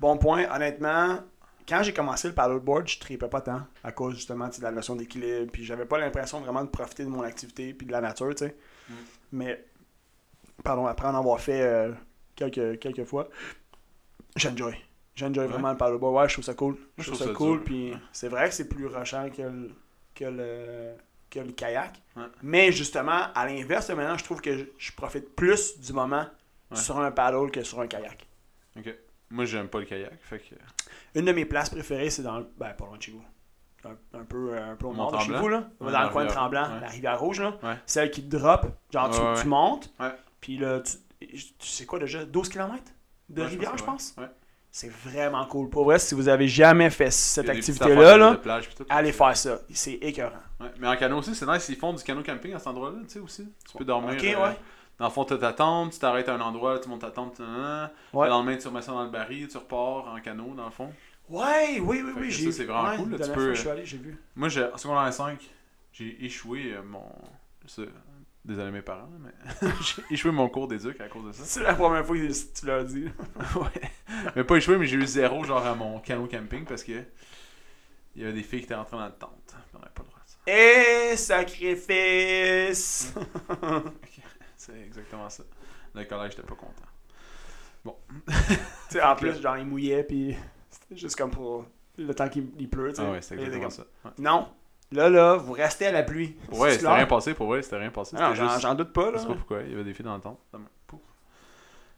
[SPEAKER 2] Bon point. Honnêtement, quand j'ai commencé le paddleboard, je tripais pas tant à cause justement tu sais, de la notion d'équilibre. Puis j'avais pas l'impression vraiment de profiter de mon activité puis de la nature, tu sais.
[SPEAKER 1] Mm.
[SPEAKER 2] Mais, pardon, après en avoir fait euh, quelques, quelques fois, j'enjoy. J'enjoy
[SPEAKER 1] Ouais.
[SPEAKER 2] vraiment le paddleboard. Ouais, je trouve ça cool. Je
[SPEAKER 1] je
[SPEAKER 2] trouve ça,
[SPEAKER 1] trouve ça
[SPEAKER 2] cool.
[SPEAKER 1] dur.
[SPEAKER 2] Puis
[SPEAKER 1] Ouais.
[SPEAKER 2] c'est vrai que c'est plus rochant que le, que le, que le kayak.
[SPEAKER 1] Ouais.
[SPEAKER 2] Mais justement, à l'inverse, maintenant, je trouve que je, je profite plus du moment
[SPEAKER 1] Ouais.
[SPEAKER 2] sur un paddle que sur un kayak.
[SPEAKER 1] Ok. Moi, j'aime pas le kayak. Fait que.
[SPEAKER 2] Une de mes places préférées, c'est dans le. Ben, pas loin de chez vous. Un, un peu, euh, un peu au nord de chez
[SPEAKER 1] Mont-Tremblant?
[SPEAKER 2] vous, là.
[SPEAKER 1] Ouais,
[SPEAKER 2] dans le
[SPEAKER 1] la
[SPEAKER 2] coin de
[SPEAKER 1] rivière-
[SPEAKER 2] Tremblant,
[SPEAKER 1] ouais.
[SPEAKER 2] la rivière rouge, là.
[SPEAKER 1] Ouais.
[SPEAKER 2] Celle qui te drop. Genre, tu,
[SPEAKER 1] Ouais, ouais.
[SPEAKER 2] tu montes.
[SPEAKER 1] Ouais.
[SPEAKER 2] Puis là, tu, tu sais quoi déjà 12 km de
[SPEAKER 1] Ouais,
[SPEAKER 2] rivière, je pense.
[SPEAKER 1] Ouais.
[SPEAKER 2] C'est vraiment cool. Pour vrai, si vous avez jamais fait
[SPEAKER 1] Il y
[SPEAKER 2] cette
[SPEAKER 1] a des petites
[SPEAKER 2] activité-là,
[SPEAKER 1] affaires de-
[SPEAKER 2] là,
[SPEAKER 1] de plage, pis tout.
[SPEAKER 2] allez faire ça. C'est écœurant.
[SPEAKER 1] Ouais, mais en canot aussi, c'est nice, ils font du canot camping à cet endroit-là, tu sais aussi. Tu peux dormir.
[SPEAKER 2] Ok,
[SPEAKER 1] euh,
[SPEAKER 2] ouais.
[SPEAKER 1] Dans le fond, t'as ta tente, tu t'arrêtes à un endroit, tu montes ta tente, nan, nan,
[SPEAKER 2] Ouais.
[SPEAKER 1] le lendemain, tu remets ça dans le baril, tu repars en canot, dans le fond.
[SPEAKER 2] Ouais, oui, oui,
[SPEAKER 1] Fait
[SPEAKER 2] oui.
[SPEAKER 1] que
[SPEAKER 2] j'ai
[SPEAKER 1] ça, c'est vraiment
[SPEAKER 2] ouais,
[SPEAKER 1] cool, là,
[SPEAKER 2] la
[SPEAKER 1] tu
[SPEAKER 2] dernière
[SPEAKER 1] peux-
[SPEAKER 2] fois que je suis allé, j'ai vu.
[SPEAKER 1] Moi, j'ai, en secondaire 5, j'ai échoué euh, mon. ça, désolé mes parents, mais j'ai échoué mon cours d'éduc à cause de ça.
[SPEAKER 2] C'est la première fois que tu l'as dit.
[SPEAKER 1] ouais. Mais pas échoué, mais j'ai eu zéro, genre, à mon canot camping parce que. Il y avait des filles qui étaient rentrées dans la tente. On n'avait pas le droit de ça.
[SPEAKER 2] Et sacrifice!
[SPEAKER 1] C'est exactement ça. Le collège, j'étais pas content.
[SPEAKER 2] Tu sais, en plus, genre, il mouillait, puis c'était juste comme pour le temps qu'il il pleut, tu sais.
[SPEAKER 1] Ah ouais, c'était
[SPEAKER 2] Il était
[SPEAKER 1] exactement
[SPEAKER 2] comme-
[SPEAKER 1] ça. Ouais.
[SPEAKER 2] Non, là, là, vous restez à la pluie.
[SPEAKER 1] Pour vrai,
[SPEAKER 2] C'est
[SPEAKER 1] c'était
[SPEAKER 2] clair.
[SPEAKER 1] rien passé, pour vrai, c'était rien passé.
[SPEAKER 2] Ah Non,
[SPEAKER 1] C'était
[SPEAKER 2] j'en
[SPEAKER 1] juste.
[SPEAKER 2] j'en hein. doute pas,
[SPEAKER 1] Je
[SPEAKER 2] là.
[SPEAKER 1] sais pas pourquoi, il y avait des filles dans le temps. Dans le- Pouf.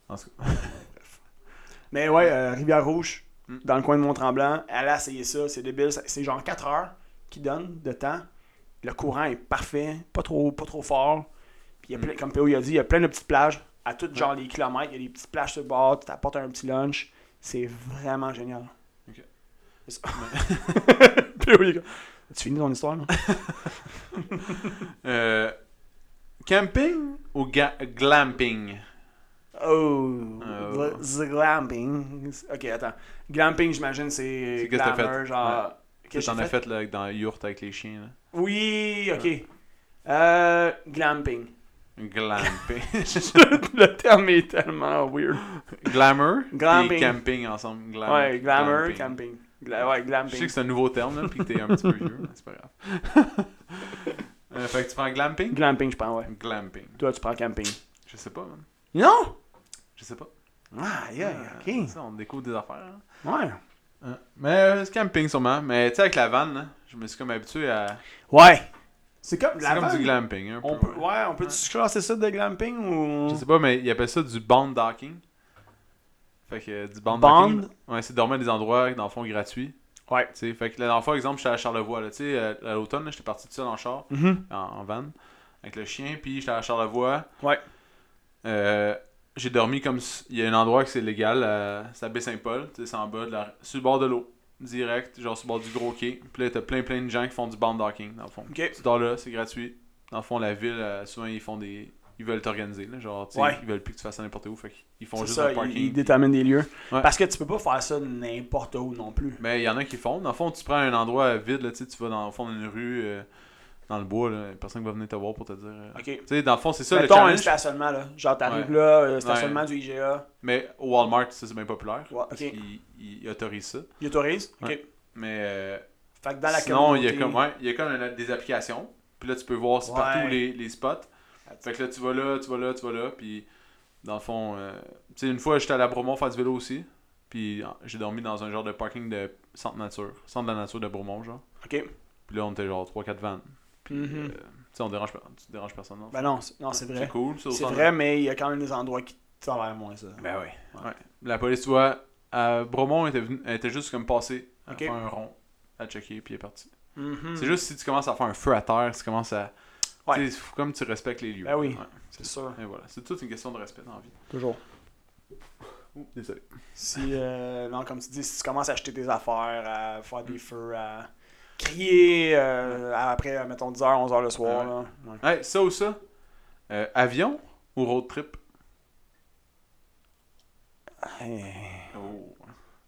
[SPEAKER 1] En tout cas.
[SPEAKER 2] Mais ouais, euh, Rivière-Rouge,
[SPEAKER 1] Mm.
[SPEAKER 2] dans le coin de Mont-Tremblant, allez essayer ça, c'est débile. Ça- C'est genre 4 heures qui donne de temps. Le courant est parfait, pas trop, pas trop fort. Puis il y a
[SPEAKER 1] Mm.
[SPEAKER 2] plein, comme P.O. il a dit, il y a plein de petites plages à toutes genre les kilomètres. Il y a des petites plages sur le bord, tu t'apportes un petit lunch. C'est vraiment génial.
[SPEAKER 1] Ok.
[SPEAKER 2] C'est ça. P.O. il est comme, Tu finis ton histoire, là?
[SPEAKER 1] Euh, camping ou ga- glamping
[SPEAKER 2] Oh,
[SPEAKER 1] Euh.
[SPEAKER 2] the glamping. Ok, attends. Glamping, j'imagine, c'est
[SPEAKER 1] C'est qu'est-ce que t'as
[SPEAKER 2] glamour,
[SPEAKER 1] fait?
[SPEAKER 2] genre. Qu'est-ce que
[SPEAKER 1] J'en
[SPEAKER 2] j'ai
[SPEAKER 1] ai fait là, dans le yurt avec les chiens. là.
[SPEAKER 2] Oui, ok. Euh, glamping.
[SPEAKER 1] Glamping.
[SPEAKER 2] le terme est tellement weird.
[SPEAKER 1] Glamour
[SPEAKER 2] Glamping.
[SPEAKER 1] et camping ensemble. Glam-
[SPEAKER 2] ouais, glamour,
[SPEAKER 1] glamping.
[SPEAKER 2] camping. Gla- ouais,
[SPEAKER 1] Je sais
[SPEAKER 2] glamping.
[SPEAKER 1] que c'est un nouveau terme, là, puis que t'es un petit peu vieux, mais c'est pas grave. Euh, fait que tu prends glamping?
[SPEAKER 2] Glamping, je prends, ouais.
[SPEAKER 1] Glamping.
[SPEAKER 2] Toi, tu prends camping.
[SPEAKER 1] Je sais pas, man.
[SPEAKER 2] Non!
[SPEAKER 1] Je sais pas.
[SPEAKER 2] Ah, yeah,
[SPEAKER 1] Euh,
[SPEAKER 2] ok.
[SPEAKER 1] Ça, on découvre des affaires. hein.
[SPEAKER 2] Ouais.
[SPEAKER 1] Hein. Mais euh, c'est camping sûrement. Mais tu sais, avec la vanne, là, je me suis comme habitué à.
[SPEAKER 2] Ouais. C'est comme
[SPEAKER 1] C'est comme
[SPEAKER 2] vanne.
[SPEAKER 1] du glamping. Un peu,
[SPEAKER 2] On peut,
[SPEAKER 1] ouais.
[SPEAKER 2] ouais, on peut-tu classer ça de glamping ou.
[SPEAKER 1] Je sais pas, mais ils appellent ça du bond docking. Fait que euh, du bond
[SPEAKER 2] Bond?
[SPEAKER 1] docking. Ouais, c'est dormir à des endroits, dans le fond, gratuits.
[SPEAKER 2] Ouais.
[SPEAKER 1] Tu sais, fait que la dernière fois, exemple, j'étais à Charlevoix. là, Tu sais, euh, à l'automne, là, j'étais parti tout seul en char,
[SPEAKER 2] Mhm.
[SPEAKER 1] en, en van, avec le chien, puis j'étais à Charlevoix.
[SPEAKER 2] Ouais.
[SPEAKER 1] Euh, j'ai dormi comme. s- Il y a un endroit que c'est légal, euh, c'est à Baie-Saint-Paul, tu sais, c'est en bas, de la... sur le bord de l'eau, direct, genre sur le bord du gros quai. Puis là, t'as plein plein de gens qui font du band docking, dans le fond.
[SPEAKER 2] Ok.
[SPEAKER 1] Tu dors là, c'est gratuit. Dans le fond, la ville, euh, souvent, ils font des. Ils veulent t'organiser, là, genre, tu sais,
[SPEAKER 2] Ouais.
[SPEAKER 1] ils veulent plus que tu fasses ça n'importe où, fait qu'ils font
[SPEAKER 2] C'est
[SPEAKER 1] juste
[SPEAKER 2] ça,
[SPEAKER 1] un
[SPEAKER 2] il-
[SPEAKER 1] parking.
[SPEAKER 2] il, détermine des lieux.
[SPEAKER 1] Ouais.
[SPEAKER 2] Parce que tu peux pas faire ça n'importe où non plus.
[SPEAKER 1] Mais il y en a qui font. Dans le fond, tu prends un endroit vide, là, tu sais, tu vas dans le fond d'une rue, euh, dans le bois, là, personne va venir te voir pour te dire. euh,
[SPEAKER 2] Ok.
[SPEAKER 1] Tu sais, dans le fond, c'est ça
[SPEAKER 2] Mettons
[SPEAKER 1] le
[SPEAKER 2] un
[SPEAKER 1] challenge.
[SPEAKER 2] stationnement, là. Genre, t'arrives
[SPEAKER 1] Ouais.
[SPEAKER 2] là, euh, stationnement du IGA.
[SPEAKER 1] Mais au Walmart, ça, c'est bien populaire.
[SPEAKER 2] Ouais,
[SPEAKER 1] Parce
[SPEAKER 2] ok.
[SPEAKER 1] qu'ils ils autorisent ça.
[SPEAKER 2] Il autorise. Ok.
[SPEAKER 1] Ouais. Mais euh,
[SPEAKER 2] Fait que dans la
[SPEAKER 1] sinon, il y
[SPEAKER 2] communauté.
[SPEAKER 1] a comme, ouais, il y a comme une- des applications. Puis là, tu peux voir c'est partout
[SPEAKER 2] Ouais.
[SPEAKER 1] les, les spots. Fait que là, tu vas là, tu vas là, tu vas là. Puis dans le fond, euh, tu sais, une fois, j'étais allé à Bromont faire du vélo aussi. Puis en- j'ai dormi dans un genre de parking de centre nature. Centre de la nature de Bromont, genre.
[SPEAKER 2] Ok.
[SPEAKER 1] Puis là, on était genre 3-4 vannes. Puis,
[SPEAKER 2] Mhm.
[SPEAKER 1] euh, tu sais, on dérange, pas- tu déranges personne. non?
[SPEAKER 2] Ben non, c'est- non c'est
[SPEAKER 1] C'est
[SPEAKER 2] vrai.
[SPEAKER 1] cool. au
[SPEAKER 2] C'est
[SPEAKER 1] centre-
[SPEAKER 2] vrai, mais il y a quand même des endroits qui t'envers moins ça.
[SPEAKER 1] Ben oui.
[SPEAKER 2] Ouais.
[SPEAKER 1] Ouais. La police, tu vois, à Bromont, elle était, venue- elle était juste comme passée à
[SPEAKER 2] Ok.
[SPEAKER 1] faire un rond, à checker, puis elle est partie.
[SPEAKER 2] Mhm.
[SPEAKER 1] C'est juste si tu commences à faire un feu à terre, si tu commences à.
[SPEAKER 2] Ouais.
[SPEAKER 1] Tu sais, faut comme tu respectes les lieux.
[SPEAKER 2] Ben oui.
[SPEAKER 1] Ouais.
[SPEAKER 2] C'est sûr.
[SPEAKER 1] Et voilà. C'est toute une question de respect dans la vie.
[SPEAKER 2] Toujours.
[SPEAKER 1] Désolé.
[SPEAKER 2] Si, euh, non, comme tu dis, si tu commences à acheter tes affaires, à faire
[SPEAKER 1] Mm.
[SPEAKER 2] des feux, à crier euh, à- après, mettons, 10h, 11h le soir.
[SPEAKER 1] Ah
[SPEAKER 2] là. Ouais.
[SPEAKER 1] Hey, ça ou ça Euh, Avion ou road trip
[SPEAKER 2] Hey,
[SPEAKER 1] Oh.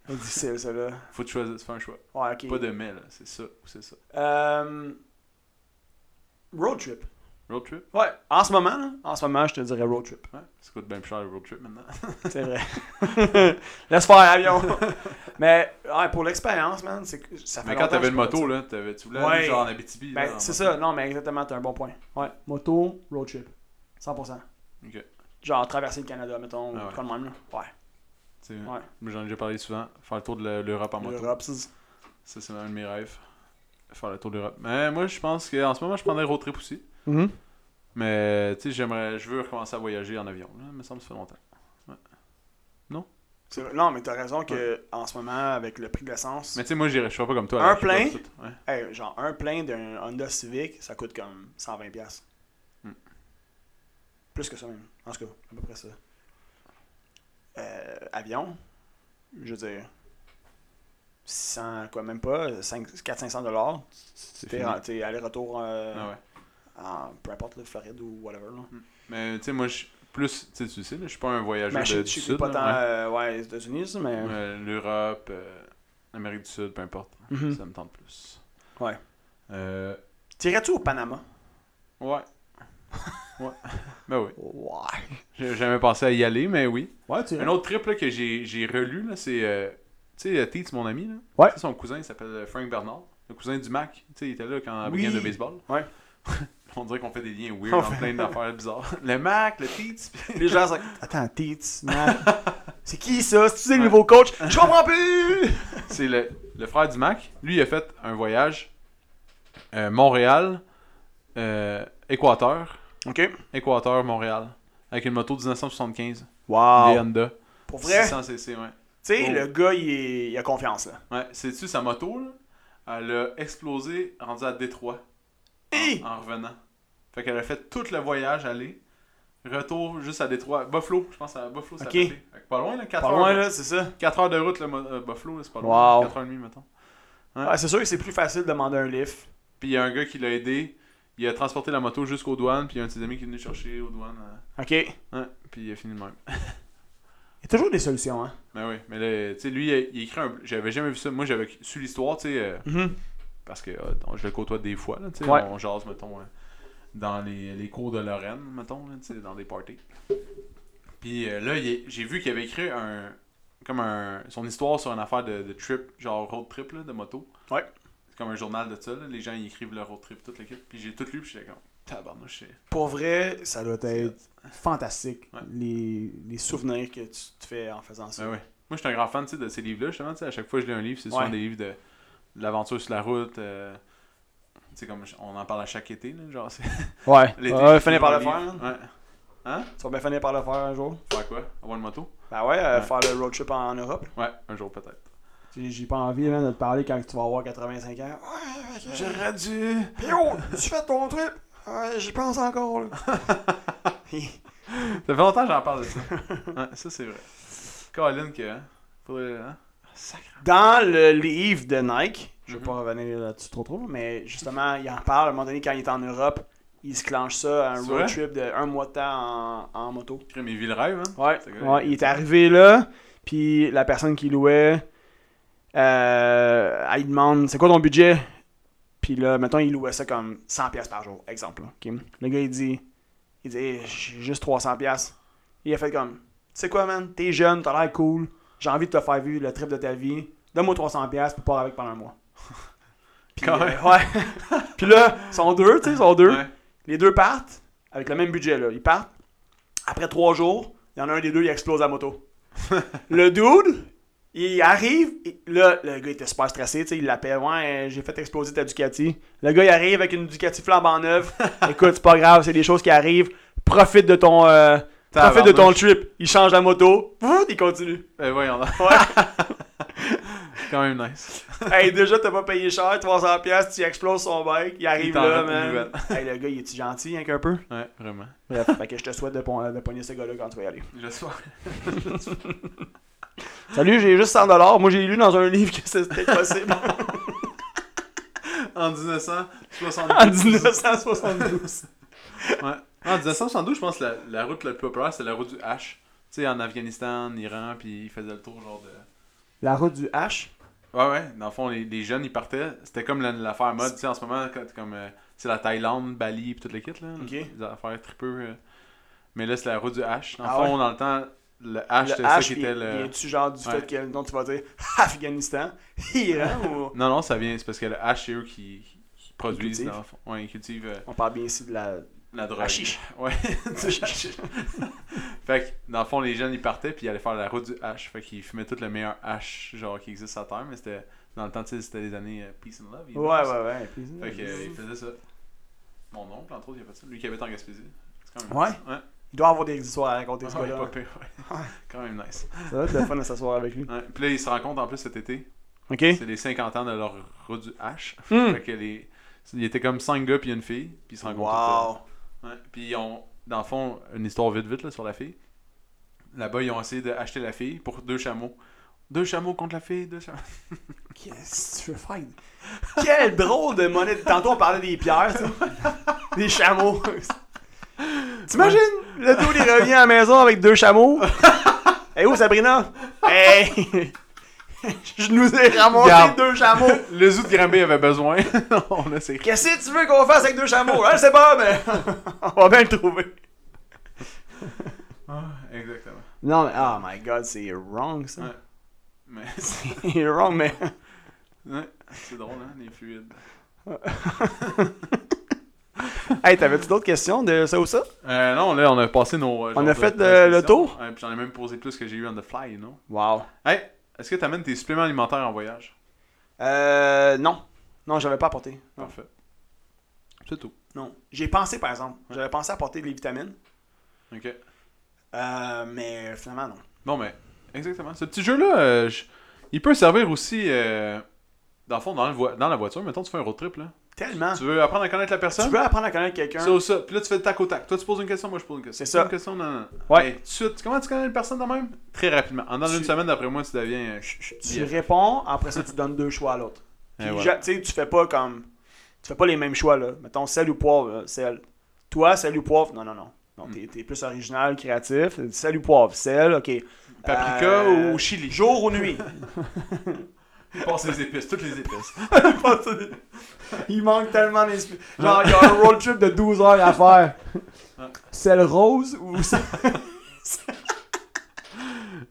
[SPEAKER 2] c'est difficile, ça, là.
[SPEAKER 1] Faut te choisir, tu fais un choix.
[SPEAKER 2] Ouais, OK.
[SPEAKER 1] Pas de mais, là. C'est ça ou c'est ça.
[SPEAKER 2] Euh, road trip.
[SPEAKER 1] Road trip
[SPEAKER 2] Ouais, en ce moment, là, en ce moment, je te dirais road trip.
[SPEAKER 1] Ouais. Ça coûte bien plus cher le road trip maintenant.
[SPEAKER 2] C'est vrai. Laisse faire avion. Mais ouais, pour l'expérience, man, c'est que ça fait
[SPEAKER 1] mais quand
[SPEAKER 2] longtemps que
[SPEAKER 1] t'avais
[SPEAKER 2] je
[SPEAKER 1] le
[SPEAKER 2] fais
[SPEAKER 1] moto,
[SPEAKER 2] pas ça.
[SPEAKER 1] là, t'avais- tu voulais
[SPEAKER 2] Ouais.
[SPEAKER 1] aller genre en Abitibi. là,
[SPEAKER 2] Ben,
[SPEAKER 1] en
[SPEAKER 2] c'est
[SPEAKER 1] moto.
[SPEAKER 2] ça. Non, mais exactement, t'as un bon point. Ouais, moto, road trip. 100%.
[SPEAKER 1] Ok.
[SPEAKER 2] Genre traverser le Canada, mettons,
[SPEAKER 1] Ah ouais.
[SPEAKER 2] comme même, là. Ouais.
[SPEAKER 1] Tu sais,
[SPEAKER 2] Ouais.
[SPEAKER 1] J'en ai déjà parlé souvent. Faire le tour de la- l'Europe en moto.
[SPEAKER 2] L'Europe, c'est-
[SPEAKER 1] Ça, c'est un de mes rêves. Faire le tour d'Europe. Mais moi, je pense que en ce moment, je prendrais road trip aussi.
[SPEAKER 2] Mm-hmm.
[SPEAKER 1] Mais tu sais, j'aimerais, je veux recommencer à voyager en avion. Là, me semble que ça fait longtemps.
[SPEAKER 2] C'est vrai. Non, mais t'as raison que en ce moment, avec le prix de l'essence,
[SPEAKER 1] Mais tu sais, moi, j'irais, je serais pas comme toi.
[SPEAKER 2] Un
[SPEAKER 1] je sais pas
[SPEAKER 2] plein?
[SPEAKER 1] tout de suite. Ouais.
[SPEAKER 2] hey, genre un plein d'un Honda Civic, ça coûte comme 120$. piastres.
[SPEAKER 1] Hmm.
[SPEAKER 2] Plus que ça même. En tout cas, à peu près ça. Euh, avion, je veux dire, 600, quoi, même pas, 400-500$.
[SPEAKER 1] C'est
[SPEAKER 2] T'es
[SPEAKER 1] fini.
[SPEAKER 2] en- t'es aller-retour euh,
[SPEAKER 1] Ah ouais.
[SPEAKER 2] en peu importe, le Floride ou whatever. Là.
[SPEAKER 1] Mais tu sais, moi, je suis plus, tu sais, tu sais, là, je suis pas un voyageur
[SPEAKER 2] Mais
[SPEAKER 1] de,
[SPEAKER 2] je je
[SPEAKER 1] du
[SPEAKER 2] sais que
[SPEAKER 1] sud.
[SPEAKER 2] pas
[SPEAKER 1] là,
[SPEAKER 2] tant
[SPEAKER 1] ouais.
[SPEAKER 2] euh, ouais, les États-Unis, ça, mais.
[SPEAKER 1] Euh, L'Europe, euh, l'Amérique du Sud, peu importe.
[SPEAKER 2] Mhm.
[SPEAKER 1] Ça me tente plus.
[SPEAKER 2] Ouais.
[SPEAKER 1] Euh,
[SPEAKER 2] T'irais-tu au Panama
[SPEAKER 1] ouais. ouais. Ben oui.
[SPEAKER 2] Ouais.
[SPEAKER 1] J'ai jamais pensé à y aller, mais oui.
[SPEAKER 2] Ouais, tu
[SPEAKER 1] Un autre trip là, que j'ai j'ai relu, là, c'est. euh, tu sais, Teats, mon ami, là.
[SPEAKER 2] Ouais.
[SPEAKER 1] Tu sais, son cousin, il s'appelle euh, Frank Bernard. Le cousin du Mac. Tu sais, il était là quand
[SPEAKER 2] Oui.
[SPEAKER 1] il de baseball.
[SPEAKER 2] Ouais.
[SPEAKER 1] On dirait qu'on fait des liens weird
[SPEAKER 2] On
[SPEAKER 1] en
[SPEAKER 2] fait-
[SPEAKER 1] plein d'affaires bizarres. Le Mac, le Teats. puis-
[SPEAKER 2] Les gens sont. Attends, Tits, man. c'est qui ça C'est-tu le
[SPEAKER 1] Ouais.
[SPEAKER 2] nouveau coach Je comprends plus
[SPEAKER 1] c'est le, le frère du Mac. Lui, il a fait un voyage euh, Montréal, euh, Équateur,
[SPEAKER 2] Ok.
[SPEAKER 1] Équateur, Montréal. Avec une moto 1975, des
[SPEAKER 2] Wow.
[SPEAKER 1] Honda.
[SPEAKER 2] Pour vrai, tu
[SPEAKER 1] 600 cc, ouais.
[SPEAKER 2] sais,
[SPEAKER 1] Oh.
[SPEAKER 2] le gars, il, est- il a confiance, là.
[SPEAKER 1] Ouais, sais-tu, sa moto, là, elle a explosé rendue à Détroit en-
[SPEAKER 2] Hey!
[SPEAKER 1] en, revenant. Fait qu'elle a fait tout le voyage aller, retour juste à Détroit. Buffalo, je pense à Buffalo, ça
[SPEAKER 2] Ok.
[SPEAKER 1] a pété. Fait que pas loin, là, 4
[SPEAKER 2] Pas
[SPEAKER 1] heures.
[SPEAKER 2] loin, là, c'est ça.
[SPEAKER 1] 4 heures de route, le mo- euh, Buffalo, là, c'est pas loin.
[SPEAKER 2] Wow.
[SPEAKER 1] 4 heures et demie, mettons.
[SPEAKER 2] Ah, c'est sûr que c'est plus facile de demander un lift.
[SPEAKER 1] Puis il y a un gars qui l'a aidé, il a transporté la moto jusqu'aux douanes, puis il y a un de ses amis qui est venu chercher aux douanes.
[SPEAKER 2] Ok. Il
[SPEAKER 1] euh, ouais, puis il a fini de même.
[SPEAKER 2] y a toujours des solutions, hein.
[SPEAKER 1] Mais oui, mais là, tu sais, lui, il a, il a écrit un. J'avais jamais vu ça. Moi, j'avais su l'histoire, tu sais. euh,
[SPEAKER 2] Mm-hmm.
[SPEAKER 1] parce que euh, on- je le côtoie des fois, là, tu sais,
[SPEAKER 2] Ouais.
[SPEAKER 1] on jase, mettons, euh, dans les, les cours de Lorraine, mettons, là, tu sais, dans des parties. Puis euh, là, il est- j'ai vu qu'il avait écrit un, comme un, son histoire sur une affaire de, de trip, genre road trip là, de moto.
[SPEAKER 2] Ouais.
[SPEAKER 1] C'est comme un journal de ça. là. Les gens ils écrivent leur road trip, toute l'équipe. Puis j'ai tout lu, puis j'étais comme tabarnouche. c'est-
[SPEAKER 2] Pour vrai, ça doit être fantastique.
[SPEAKER 1] Ouais.
[SPEAKER 2] Les, les souvenirs que tu te fais en faisant ça.
[SPEAKER 1] Ben ouais. Moi, je suis un grand fan tu sais, de ces livres-là, justement. tu sais, À chaque fois que je lis un livre, c'est souvent
[SPEAKER 2] Ouais.
[SPEAKER 1] des livres de, de l'aventure sur la route. euh, tu sais, comme je- on en parle à chaque été, là, genre. c'est-
[SPEAKER 2] Ouais.
[SPEAKER 1] l'été,
[SPEAKER 2] Ouais,
[SPEAKER 1] je finis
[SPEAKER 2] finir par le
[SPEAKER 1] mon
[SPEAKER 2] faire. hein.
[SPEAKER 1] livre.
[SPEAKER 2] man.
[SPEAKER 1] Ouais.
[SPEAKER 2] Tu vas bien finir par le faire un jour.
[SPEAKER 1] Faire quoi Avoir une moto
[SPEAKER 2] Ben ouais, euh,
[SPEAKER 1] Ouais.
[SPEAKER 2] faire le road trip en, en Europe.
[SPEAKER 1] Ouais, un jour peut-être.
[SPEAKER 2] J'ai j'ai pas envie man, de te parler quand tu vas avoir 85 ans. Euh.
[SPEAKER 1] J'aurais dû.
[SPEAKER 2] Pio, tu fais ton trip. Ouais, J'y pense encore. là.
[SPEAKER 1] Ça fait longtemps que j'en parle de ça. ouais, ça, c'est vrai. Colin, que. hein, Faudrait. Hein? Sacre.
[SPEAKER 2] Dans le livre de Nike, je vais
[SPEAKER 1] Mhm.
[SPEAKER 2] pas revenir là-dessus trop trop, mais justement, il en parle à un moment donné quand il est en Europe. Il se clenche ça, un
[SPEAKER 1] C'est
[SPEAKER 2] road
[SPEAKER 1] vrai?
[SPEAKER 2] trip de un mois de temps en, en moto.
[SPEAKER 1] Crime, il vit le rêve, hein.
[SPEAKER 2] Ouais,
[SPEAKER 1] C'est correct.
[SPEAKER 2] ouais, il est arrivé là, puis la personne qui louait, euh, elle lui demande c'est quoi ton budget Puis là, mettons, il louait ça comme 100$ piastres par jour, exemple. là, ok? Le gars, il dit, il dit Hey, j'ai juste 300$. piastres. Il a fait comme tu sais quoi, man, t'es jeune, t'as l'air cool, j'ai envie de te faire vivre le trip de ta vie, donne-moi 300$ piastres pour part avec pendant un mois. Puis,
[SPEAKER 1] Quand
[SPEAKER 2] euh,
[SPEAKER 1] même.
[SPEAKER 2] ouais. Puis là, ils sont deux, tu sais, ils sont deux.
[SPEAKER 1] Ouais.
[SPEAKER 2] Les deux partent avec le même budget. Là. Ils partent. Après trois jours, il y en a un des deux, il explose la moto. le dude, il arrive. il- là, le gars était super stressé. tu sais, Il l'appelle Ouais, euh, j'ai fait exploser ta Ducati. Le gars, il arrive avec une Ducati flambant neuve. Écoute, c'est pas grave, c'est des choses qui arrivent. Profite de ton, euh, profite de ton
[SPEAKER 1] Tabarnouche.
[SPEAKER 2] trip. Il change la moto. Pouf, il continue.
[SPEAKER 1] Ben voyons donc.
[SPEAKER 2] Ouais.
[SPEAKER 1] C'est quand même nice.
[SPEAKER 2] hey, déjà, t'as pas payé cher, 300$, piastres, tu exploses son bike. Il arrive
[SPEAKER 1] t'en
[SPEAKER 2] là,
[SPEAKER 1] rate une
[SPEAKER 2] man.
[SPEAKER 1] nouvelle.
[SPEAKER 2] hey, le gars, il est-tu gentil, rien qu'un peu
[SPEAKER 1] Ouais, vraiment.
[SPEAKER 2] Bref, fait que je te souhaite de, pon- de pogner ce gars-là quand tu vas y aller.
[SPEAKER 1] Le soir.
[SPEAKER 2] Salut, j'ai juste 100 Moi, j'ai lu dans un livre que c'était possible
[SPEAKER 1] En 1972.
[SPEAKER 2] en 1972.
[SPEAKER 1] Ouais. En 1972, je pense que la, la route la plus populaire, c'était la route du H. Tu sais, en Afghanistan, en Iran, puis ils faisaient le tour genre de.
[SPEAKER 2] La route du H.
[SPEAKER 1] Ouais, ouais. Dans le fond, les, les jeunes, ils partaient. C'était comme la- l'affaire mode, tu sais, en ce moment, quand- comme. euh, c'est la Thaïlande, Bali, puis tout le kit, là.
[SPEAKER 2] Ok.
[SPEAKER 1] Les affaires tripeux. euh. Mais là, c'est la route du H. Dans le
[SPEAKER 2] Ah
[SPEAKER 1] fond, dans le temps, le H,
[SPEAKER 2] Le
[SPEAKER 1] c'était ça
[SPEAKER 2] H,
[SPEAKER 1] qui
[SPEAKER 2] il,
[SPEAKER 1] était le.
[SPEAKER 2] il est-tu genre du
[SPEAKER 1] Ouais.
[SPEAKER 2] fait que, non, tu vas dire Afghanistan, Iran ou.
[SPEAKER 1] Non, non, ça vient. C'est parce que le H, c'est eux qui, qui produisent,
[SPEAKER 2] cultivent.
[SPEAKER 1] dans le fond. Ouais, ils cultivent euh,
[SPEAKER 2] On parle bien ici de la.
[SPEAKER 1] la drogue.
[SPEAKER 2] Hashish.
[SPEAKER 1] Ouais. Fait que, dans le fond, les jeunes, ils partaient, puis ils allaient faire la route du hash. Fait qu'ils fumaient tout le meilleur hash, genre, qui existe à Terre, mais c'était... Dans le temps, tu sais, c'était les années euh, Peace and Love. il
[SPEAKER 2] Ouais,
[SPEAKER 1] me
[SPEAKER 2] ouais,
[SPEAKER 1] semble.
[SPEAKER 2] ouais.
[SPEAKER 1] Fait qu'ils
[SPEAKER 2] Mm.
[SPEAKER 1] faisaient ça. Mon oncle, entre autres, il a fait ça. Lui qui habite en Gaspésie. C'est quand même
[SPEAKER 2] Ouais.
[SPEAKER 1] nice. Ouais. Ah,
[SPEAKER 2] Il doit avoir des histoires à raconter, ce
[SPEAKER 1] Ouais,
[SPEAKER 2] gars-là.
[SPEAKER 1] pas pire, ouais. quand même nice.
[SPEAKER 2] Ça doit être le fun de s'asseoir avec lui.
[SPEAKER 1] Ouais. Puis là, ils se rencontrent en plus cet été.
[SPEAKER 2] Ok.
[SPEAKER 1] C'est les 50 ans de leur route du hash.
[SPEAKER 2] Hmm.
[SPEAKER 1] Fait que les... Il était comme 5 gars puis une fille, puis ils se rencontrent. tous, euh,
[SPEAKER 2] Wow.
[SPEAKER 1] Ouais. Puis ils ont, dans le fond, une histoire vite vite là, sur la fille. Là-bas, ils ont essayé d'acheter la fille pour deux chameaux. Deux chameaux contre la fille, deux chameaux.
[SPEAKER 2] Qu'est-ce que tu veux faire? Quel drôle de monnaie. Tantôt, on parlait des pierres, tu sais. Des chameaux. T'imagines? Le dude, il revient à la maison avec deux chameaux. Hey, où, Sabrina? Hey! Je nous ai ramassé
[SPEAKER 1] Garde.
[SPEAKER 2] deux chameaux.
[SPEAKER 1] Le zoo de Granby avait besoin. on a ses
[SPEAKER 2] Qu'est-ce que tu veux qu'on fasse avec deux chameaux? hein? Je sais pas, mais on va bien le trouver.
[SPEAKER 1] Ah, exactement.
[SPEAKER 2] Non, mais oh my god, c'est wrong, ça.
[SPEAKER 1] Ouais. Mais
[SPEAKER 2] C'est wrong, mais...
[SPEAKER 1] ouais, c'est drôle, hein, les fluides.
[SPEAKER 2] Hey, t'avais-tu d'autres questions de ça ou ça?
[SPEAKER 1] Euh, non, là, on a passé nos. euh,
[SPEAKER 2] On
[SPEAKER 1] genres de
[SPEAKER 2] a fait,
[SPEAKER 1] questions.
[SPEAKER 2] euh, le tour?
[SPEAKER 1] Ouais, puis j'en ai même posé plus que j'ai eu on the fly, non?
[SPEAKER 2] Wow.
[SPEAKER 1] Hey, est-ce que t'amènes tes suppléments alimentaires en voyage?
[SPEAKER 2] Euh, non. Non, j'avais pas apporté. Non.
[SPEAKER 1] Parfait. C'est tout.
[SPEAKER 2] Non. J'ai pensé, par exemple. J'avais pensé à porter des vitamines.
[SPEAKER 1] Ok.
[SPEAKER 2] Euh, mais finalement, non.
[SPEAKER 1] Non, mais exactement. Ce petit jeu-là, euh, je- il peut servir aussi, euh, dans le fond, dans, le vo- dans la voiture. Mettons, tu fais un road trip. Là.
[SPEAKER 2] Tellement.
[SPEAKER 1] Tu veux apprendre à connaître la
[SPEAKER 2] Ah. Tu
[SPEAKER 1] personne?
[SPEAKER 2] veux apprendre à connaître quelqu'un.
[SPEAKER 1] Ça ou ça. Puis là, tu fais le tac au tac. Toi, tu poses une question, moi, je pose une question.
[SPEAKER 2] C'est
[SPEAKER 1] Tu poses
[SPEAKER 2] ça.
[SPEAKER 1] Une question, non, non. non.
[SPEAKER 2] Ouais.
[SPEAKER 1] Hey, tout de suite, comment tu connais une personne de même? Très rapidement. En dans
[SPEAKER 2] Tu-
[SPEAKER 1] une semaine, d'après moi, tu deviens. euh,
[SPEAKER 2] Tu
[SPEAKER 1] Yeah. Eh
[SPEAKER 2] réponds, après ça, tu donnes deux choix à l'autre.
[SPEAKER 1] Et
[SPEAKER 2] Puis,
[SPEAKER 1] voilà.
[SPEAKER 2] ja- Tu sais, tu fais pas comme. Tu fais pas les mêmes choix, là. Mettons, sel ou poivre, là, sel. Toi, sel ou poivre. Non, non, non. Non,
[SPEAKER 1] Hmm.
[SPEAKER 2] t'es t'es plus original, créatif. Sel ou poivre, sel, ok.
[SPEAKER 1] Paprika
[SPEAKER 2] Euh,
[SPEAKER 1] ou chili?
[SPEAKER 2] Jour ou nuit.
[SPEAKER 1] Je passe les épices, toutes les épices.
[SPEAKER 2] Il manque tellement d'esprit.
[SPEAKER 1] Hein?
[SPEAKER 2] Genre, il y a un road trip de 12 heures à faire.
[SPEAKER 1] Ouais.
[SPEAKER 2] Celle rose ou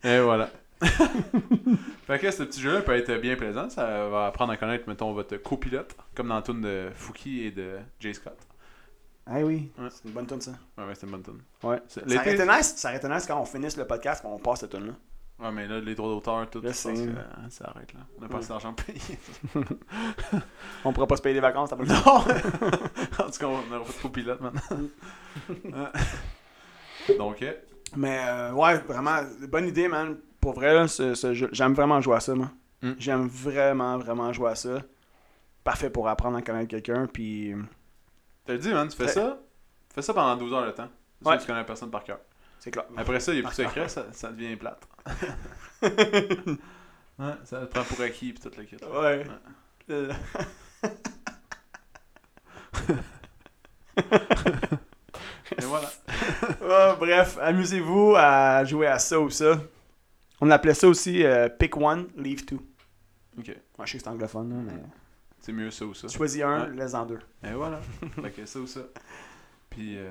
[SPEAKER 1] Et voilà. Fait que ce petit jeu-là peut être bien plaisant. Ça va apprendre à connaître, mettons, votre copilote, comme dans la tune de Fouki et de Jay Scott.
[SPEAKER 2] Ah oui,
[SPEAKER 1] Ouais.
[SPEAKER 2] c'est une bonne tune ça.
[SPEAKER 1] Ouais, ouais, c'est une bonne tune.
[SPEAKER 2] Ouais.
[SPEAKER 1] C'est-
[SPEAKER 2] Ça aurait
[SPEAKER 1] L'été.
[SPEAKER 2] été nice, ça aurait été nice quand on finisse le podcast, on passe cette tune là.
[SPEAKER 1] Ouais, mais là, les droits d'auteur, tout,
[SPEAKER 2] Là,
[SPEAKER 1] je pense
[SPEAKER 2] c'est-
[SPEAKER 1] que hein, ça arrête là. On n'a pas
[SPEAKER 2] Ouais.
[SPEAKER 1] assez d'argent payé.
[SPEAKER 2] On pourra pas se payer des vacances, t'as pas le temps.
[SPEAKER 1] Non! en tout cas, on n'aura pas de copilote maintenant. Ouais. Donc, euh,
[SPEAKER 2] Mais euh, ouais, vraiment, bonne idée, man. Pour vrai, là, ce, ce jeu, j'aime vraiment jouer à ça, moi.
[SPEAKER 1] Mm.
[SPEAKER 2] J'aime vraiment, vraiment jouer à ça. Parfait pour apprendre à connaître quelqu'un, puis...
[SPEAKER 1] t'as dit, man, tu fais
[SPEAKER 2] Très-
[SPEAKER 1] ça, fais ça pendant 12 heures de temps. C'est sûr
[SPEAKER 2] Ouais.
[SPEAKER 1] que Tu connais personne par cœur.
[SPEAKER 2] C'est clair.
[SPEAKER 1] Après ça, il n'y a
[SPEAKER 2] Par
[SPEAKER 1] plus de secret, ça, ça devient plate. ouais, ça te prend pour acquis pis tout le kit. là.
[SPEAKER 2] Ouais. Euh,
[SPEAKER 1] Et voilà.
[SPEAKER 2] ouais, bref, amusez-vous à jouer à ça ou ça. On appelait ça aussi euh, Pick One, Leave Two.
[SPEAKER 1] Ok.
[SPEAKER 2] Ouais, je sais que c'est anglophone, là, mais...
[SPEAKER 1] C'est mieux ça ou ça.
[SPEAKER 2] Choisis un,
[SPEAKER 1] Ouais.
[SPEAKER 2] laisse en deux.
[SPEAKER 1] Et voilà. fait que ça ou ça. Puis, euh,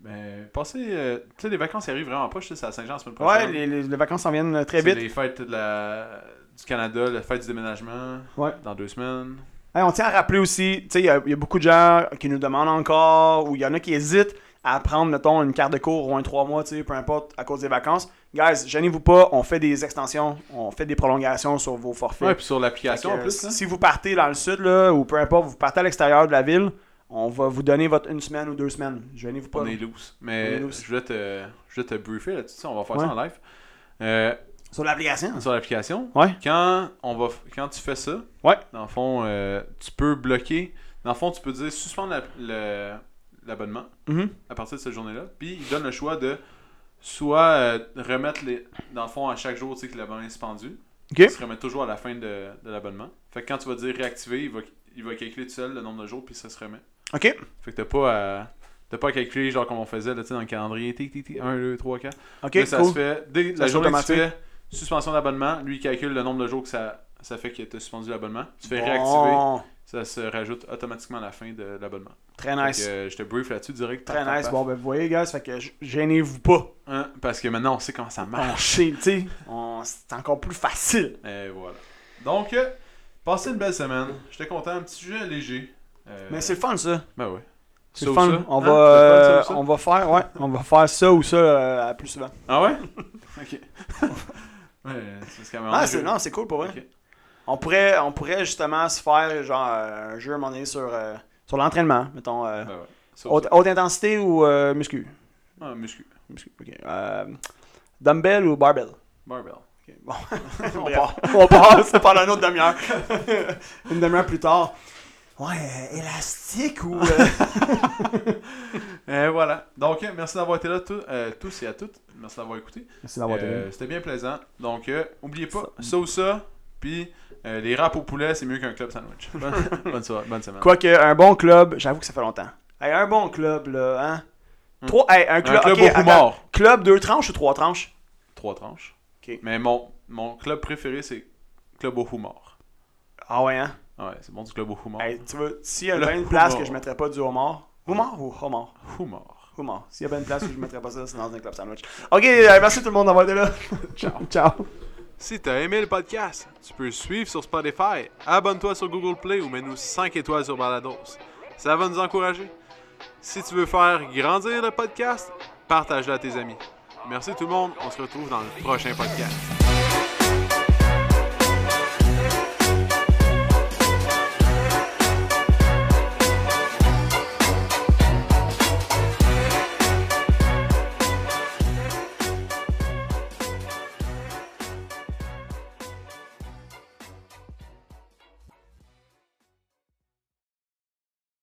[SPEAKER 1] ben, passez. euh, tu sais, les vacances arrivent vraiment pas. Je sais, c'est à Saint-Jean la semaine
[SPEAKER 2] Ouais,
[SPEAKER 1] prochaine.
[SPEAKER 2] les, les- les vacances s'en viennent euh, très
[SPEAKER 1] C'est
[SPEAKER 2] vite.
[SPEAKER 1] les fêtes de la, du Canada, la fête du déménagement.
[SPEAKER 2] Ouais.
[SPEAKER 1] Dans deux semaines.
[SPEAKER 2] Hey, on tient à rappeler aussi, tu sais, il y, a- il y a beaucoup de gens qui nous demandent encore, ou il y en a qui hésitent à prendre, mettons, une carte de cours ou un trois mois, tu sais, peu importe, à cause des vacances. Guys, gênez-vous pas, on fait des extensions, on fait des prolongations sur vos forfaits.
[SPEAKER 1] Ouais, puis sur
[SPEAKER 2] Fait
[SPEAKER 1] l'application
[SPEAKER 2] que,
[SPEAKER 1] en plus. hein. là.
[SPEAKER 2] si vous partez dans le sud, là, ou peu importe, vous partez à l'extérieur de la ville, on va vous donner votre une semaine ou deux semaines. Gênez-vous pas.
[SPEAKER 1] On est loose. Mais
[SPEAKER 2] On est loose.
[SPEAKER 1] je voulais te, je voulais te briefer là-dessus. ça, On va faire ça
[SPEAKER 2] Ouais.
[SPEAKER 1] en live. Euh,
[SPEAKER 2] Sur l'application.
[SPEAKER 1] sur l'application,
[SPEAKER 2] Ouais.
[SPEAKER 1] quand, on va, f- quand tu fais ça,
[SPEAKER 2] Ouais.
[SPEAKER 1] dans le fond, euh, tu peux bloquer. Dans le fond, tu peux dire suspendre la- le- l'abonnement.
[SPEAKER 2] Mhm.
[SPEAKER 1] à partir de cette journée-là. Puis il donne le choix de soit euh, remettre les. Dans le fond, à chaque jour, tu sais que l'abonnement est suspendu.
[SPEAKER 2] Ok.
[SPEAKER 1] Il se remet toujours à la fin de, de l'abonnement. Fait que quand tu vas dire réactiver, il va, il va calculer tout seul le nombre de jours, puis ça se remet.
[SPEAKER 2] Ok.
[SPEAKER 1] Fait que t'as pas à. T'as pas à calculer genre comme on faisait là, tu sais, dans le calendrier. Tic, tic, tic, 1, 2, 3, 4.
[SPEAKER 2] Ok,
[SPEAKER 1] Là, ça
[SPEAKER 2] cool.
[SPEAKER 1] se fait. Dès
[SPEAKER 2] Ça
[SPEAKER 1] la
[SPEAKER 2] se
[SPEAKER 1] journée que tu
[SPEAKER 2] automatique.
[SPEAKER 1] fais suspension d'abonnement, lui il calcule le nombre de jours que ça, ça fait que t'as suspendu l'abonnement. Tu fais
[SPEAKER 2] Bon.
[SPEAKER 1] réactiver, ça se rajoute automatiquement à la fin de l'abonnement.
[SPEAKER 2] Très
[SPEAKER 1] Fait
[SPEAKER 2] nice.
[SPEAKER 1] que, euh, je te brief là-dessus direct.
[SPEAKER 2] Très
[SPEAKER 1] Paf, paf,
[SPEAKER 2] nice.
[SPEAKER 1] paf.
[SPEAKER 2] Bon, ben, vous voyez, guys, fait que g- gênez-vous pas.
[SPEAKER 1] Hein, parce que maintenant, on sait comment ça
[SPEAKER 2] On
[SPEAKER 1] marche.
[SPEAKER 2] sait, tu sais, on- c'est encore plus facile.
[SPEAKER 1] Et voilà. Donc, euh, passez une belle semaine. J'étais content. Un petit sujet léger. Euh,
[SPEAKER 2] Mais c'est le fun, ça.
[SPEAKER 1] Ben ouais.
[SPEAKER 2] C'est
[SPEAKER 1] Ça
[SPEAKER 2] le
[SPEAKER 1] ou
[SPEAKER 2] fun.
[SPEAKER 1] ça?
[SPEAKER 2] On,
[SPEAKER 1] Hein?
[SPEAKER 2] va,
[SPEAKER 1] C'est le fun,
[SPEAKER 2] euh,
[SPEAKER 1] ça ou ça?
[SPEAKER 2] on va faire, ouais, on va faire ça ou ça euh, à plus souvent.
[SPEAKER 1] Ah ouais? ok. ouais, c'est parce qu'à un moment
[SPEAKER 2] Ah,
[SPEAKER 1] donné,
[SPEAKER 2] c'est,
[SPEAKER 1] je-
[SPEAKER 2] non, c'est cool pour vrai.
[SPEAKER 1] Ok.
[SPEAKER 2] On, pourrait, on pourrait justement se faire genre euh, un jeu à un moment donné sur, euh, sur l'entraînement, mettons. euh,
[SPEAKER 1] Ben ouais. Ça ou
[SPEAKER 2] haute, haute intensité ou euh, muscu.
[SPEAKER 1] ça. Ah, muscu.
[SPEAKER 2] Muscu, ok. Euh, dumbbell ou barbell.
[SPEAKER 1] Barbell.
[SPEAKER 2] Ok, Bon,
[SPEAKER 1] On
[SPEAKER 2] on,
[SPEAKER 1] part.
[SPEAKER 2] part. on passe pendant une autre demi-heure. une demi-heure plus tard. Ouais, euh, élastique ou. euh,
[SPEAKER 1] Et voilà. Donc, euh, merci d'avoir été là tous- euh, tous et à toutes. Merci d'avoir écouté.
[SPEAKER 2] Merci d'avoir été
[SPEAKER 1] Euh,
[SPEAKER 2] là.
[SPEAKER 1] C'était bien plaisant. Donc, euh, oubliez pas, ça ou ça. Puis, euh, les râpes au poulet, c'est mieux qu'un club sandwich. Bonne, bonne soirée. Bonne semaine.
[SPEAKER 2] Quoique, un bon club, j'avoue que ça fait longtemps. Hey, un bon club, là, hein?
[SPEAKER 1] Hmm.
[SPEAKER 2] Trois, hey, un,
[SPEAKER 1] Un
[SPEAKER 2] club
[SPEAKER 1] club
[SPEAKER 2] ok,
[SPEAKER 1] au
[SPEAKER 2] attends.
[SPEAKER 1] mort.
[SPEAKER 2] Club, deux tranches ou trois tranches?
[SPEAKER 1] Trois tranches.
[SPEAKER 2] Ok.
[SPEAKER 1] Mais mon, mon club préféré, c'est Club au Humour.
[SPEAKER 2] Ah ouais, hein?
[SPEAKER 1] Ouais, c'est bon du Club au Humour.
[SPEAKER 2] Hey, tu veux, s'il y a
[SPEAKER 1] Le
[SPEAKER 2] bien une place
[SPEAKER 1] homard.
[SPEAKER 2] que je mettrais pas du homard. Homard ou homard?
[SPEAKER 1] Humour.
[SPEAKER 2] Homard. S'il y a bien une place où je mettrais pas ça, c'est dans un club sandwich. Ok, euh, merci tout le monde d'avoir été là. ciao. Ciao.
[SPEAKER 1] Si t'as aimé le podcast, tu peux le suivre sur Spotify, abonne-toi sur Google Play ou mets-nous 5 étoiles sur Balados. Ça va nous encourager. Si tu veux faire grandir le podcast, partage-le à tes amis. Merci tout le monde, on se retrouve dans le prochain podcast.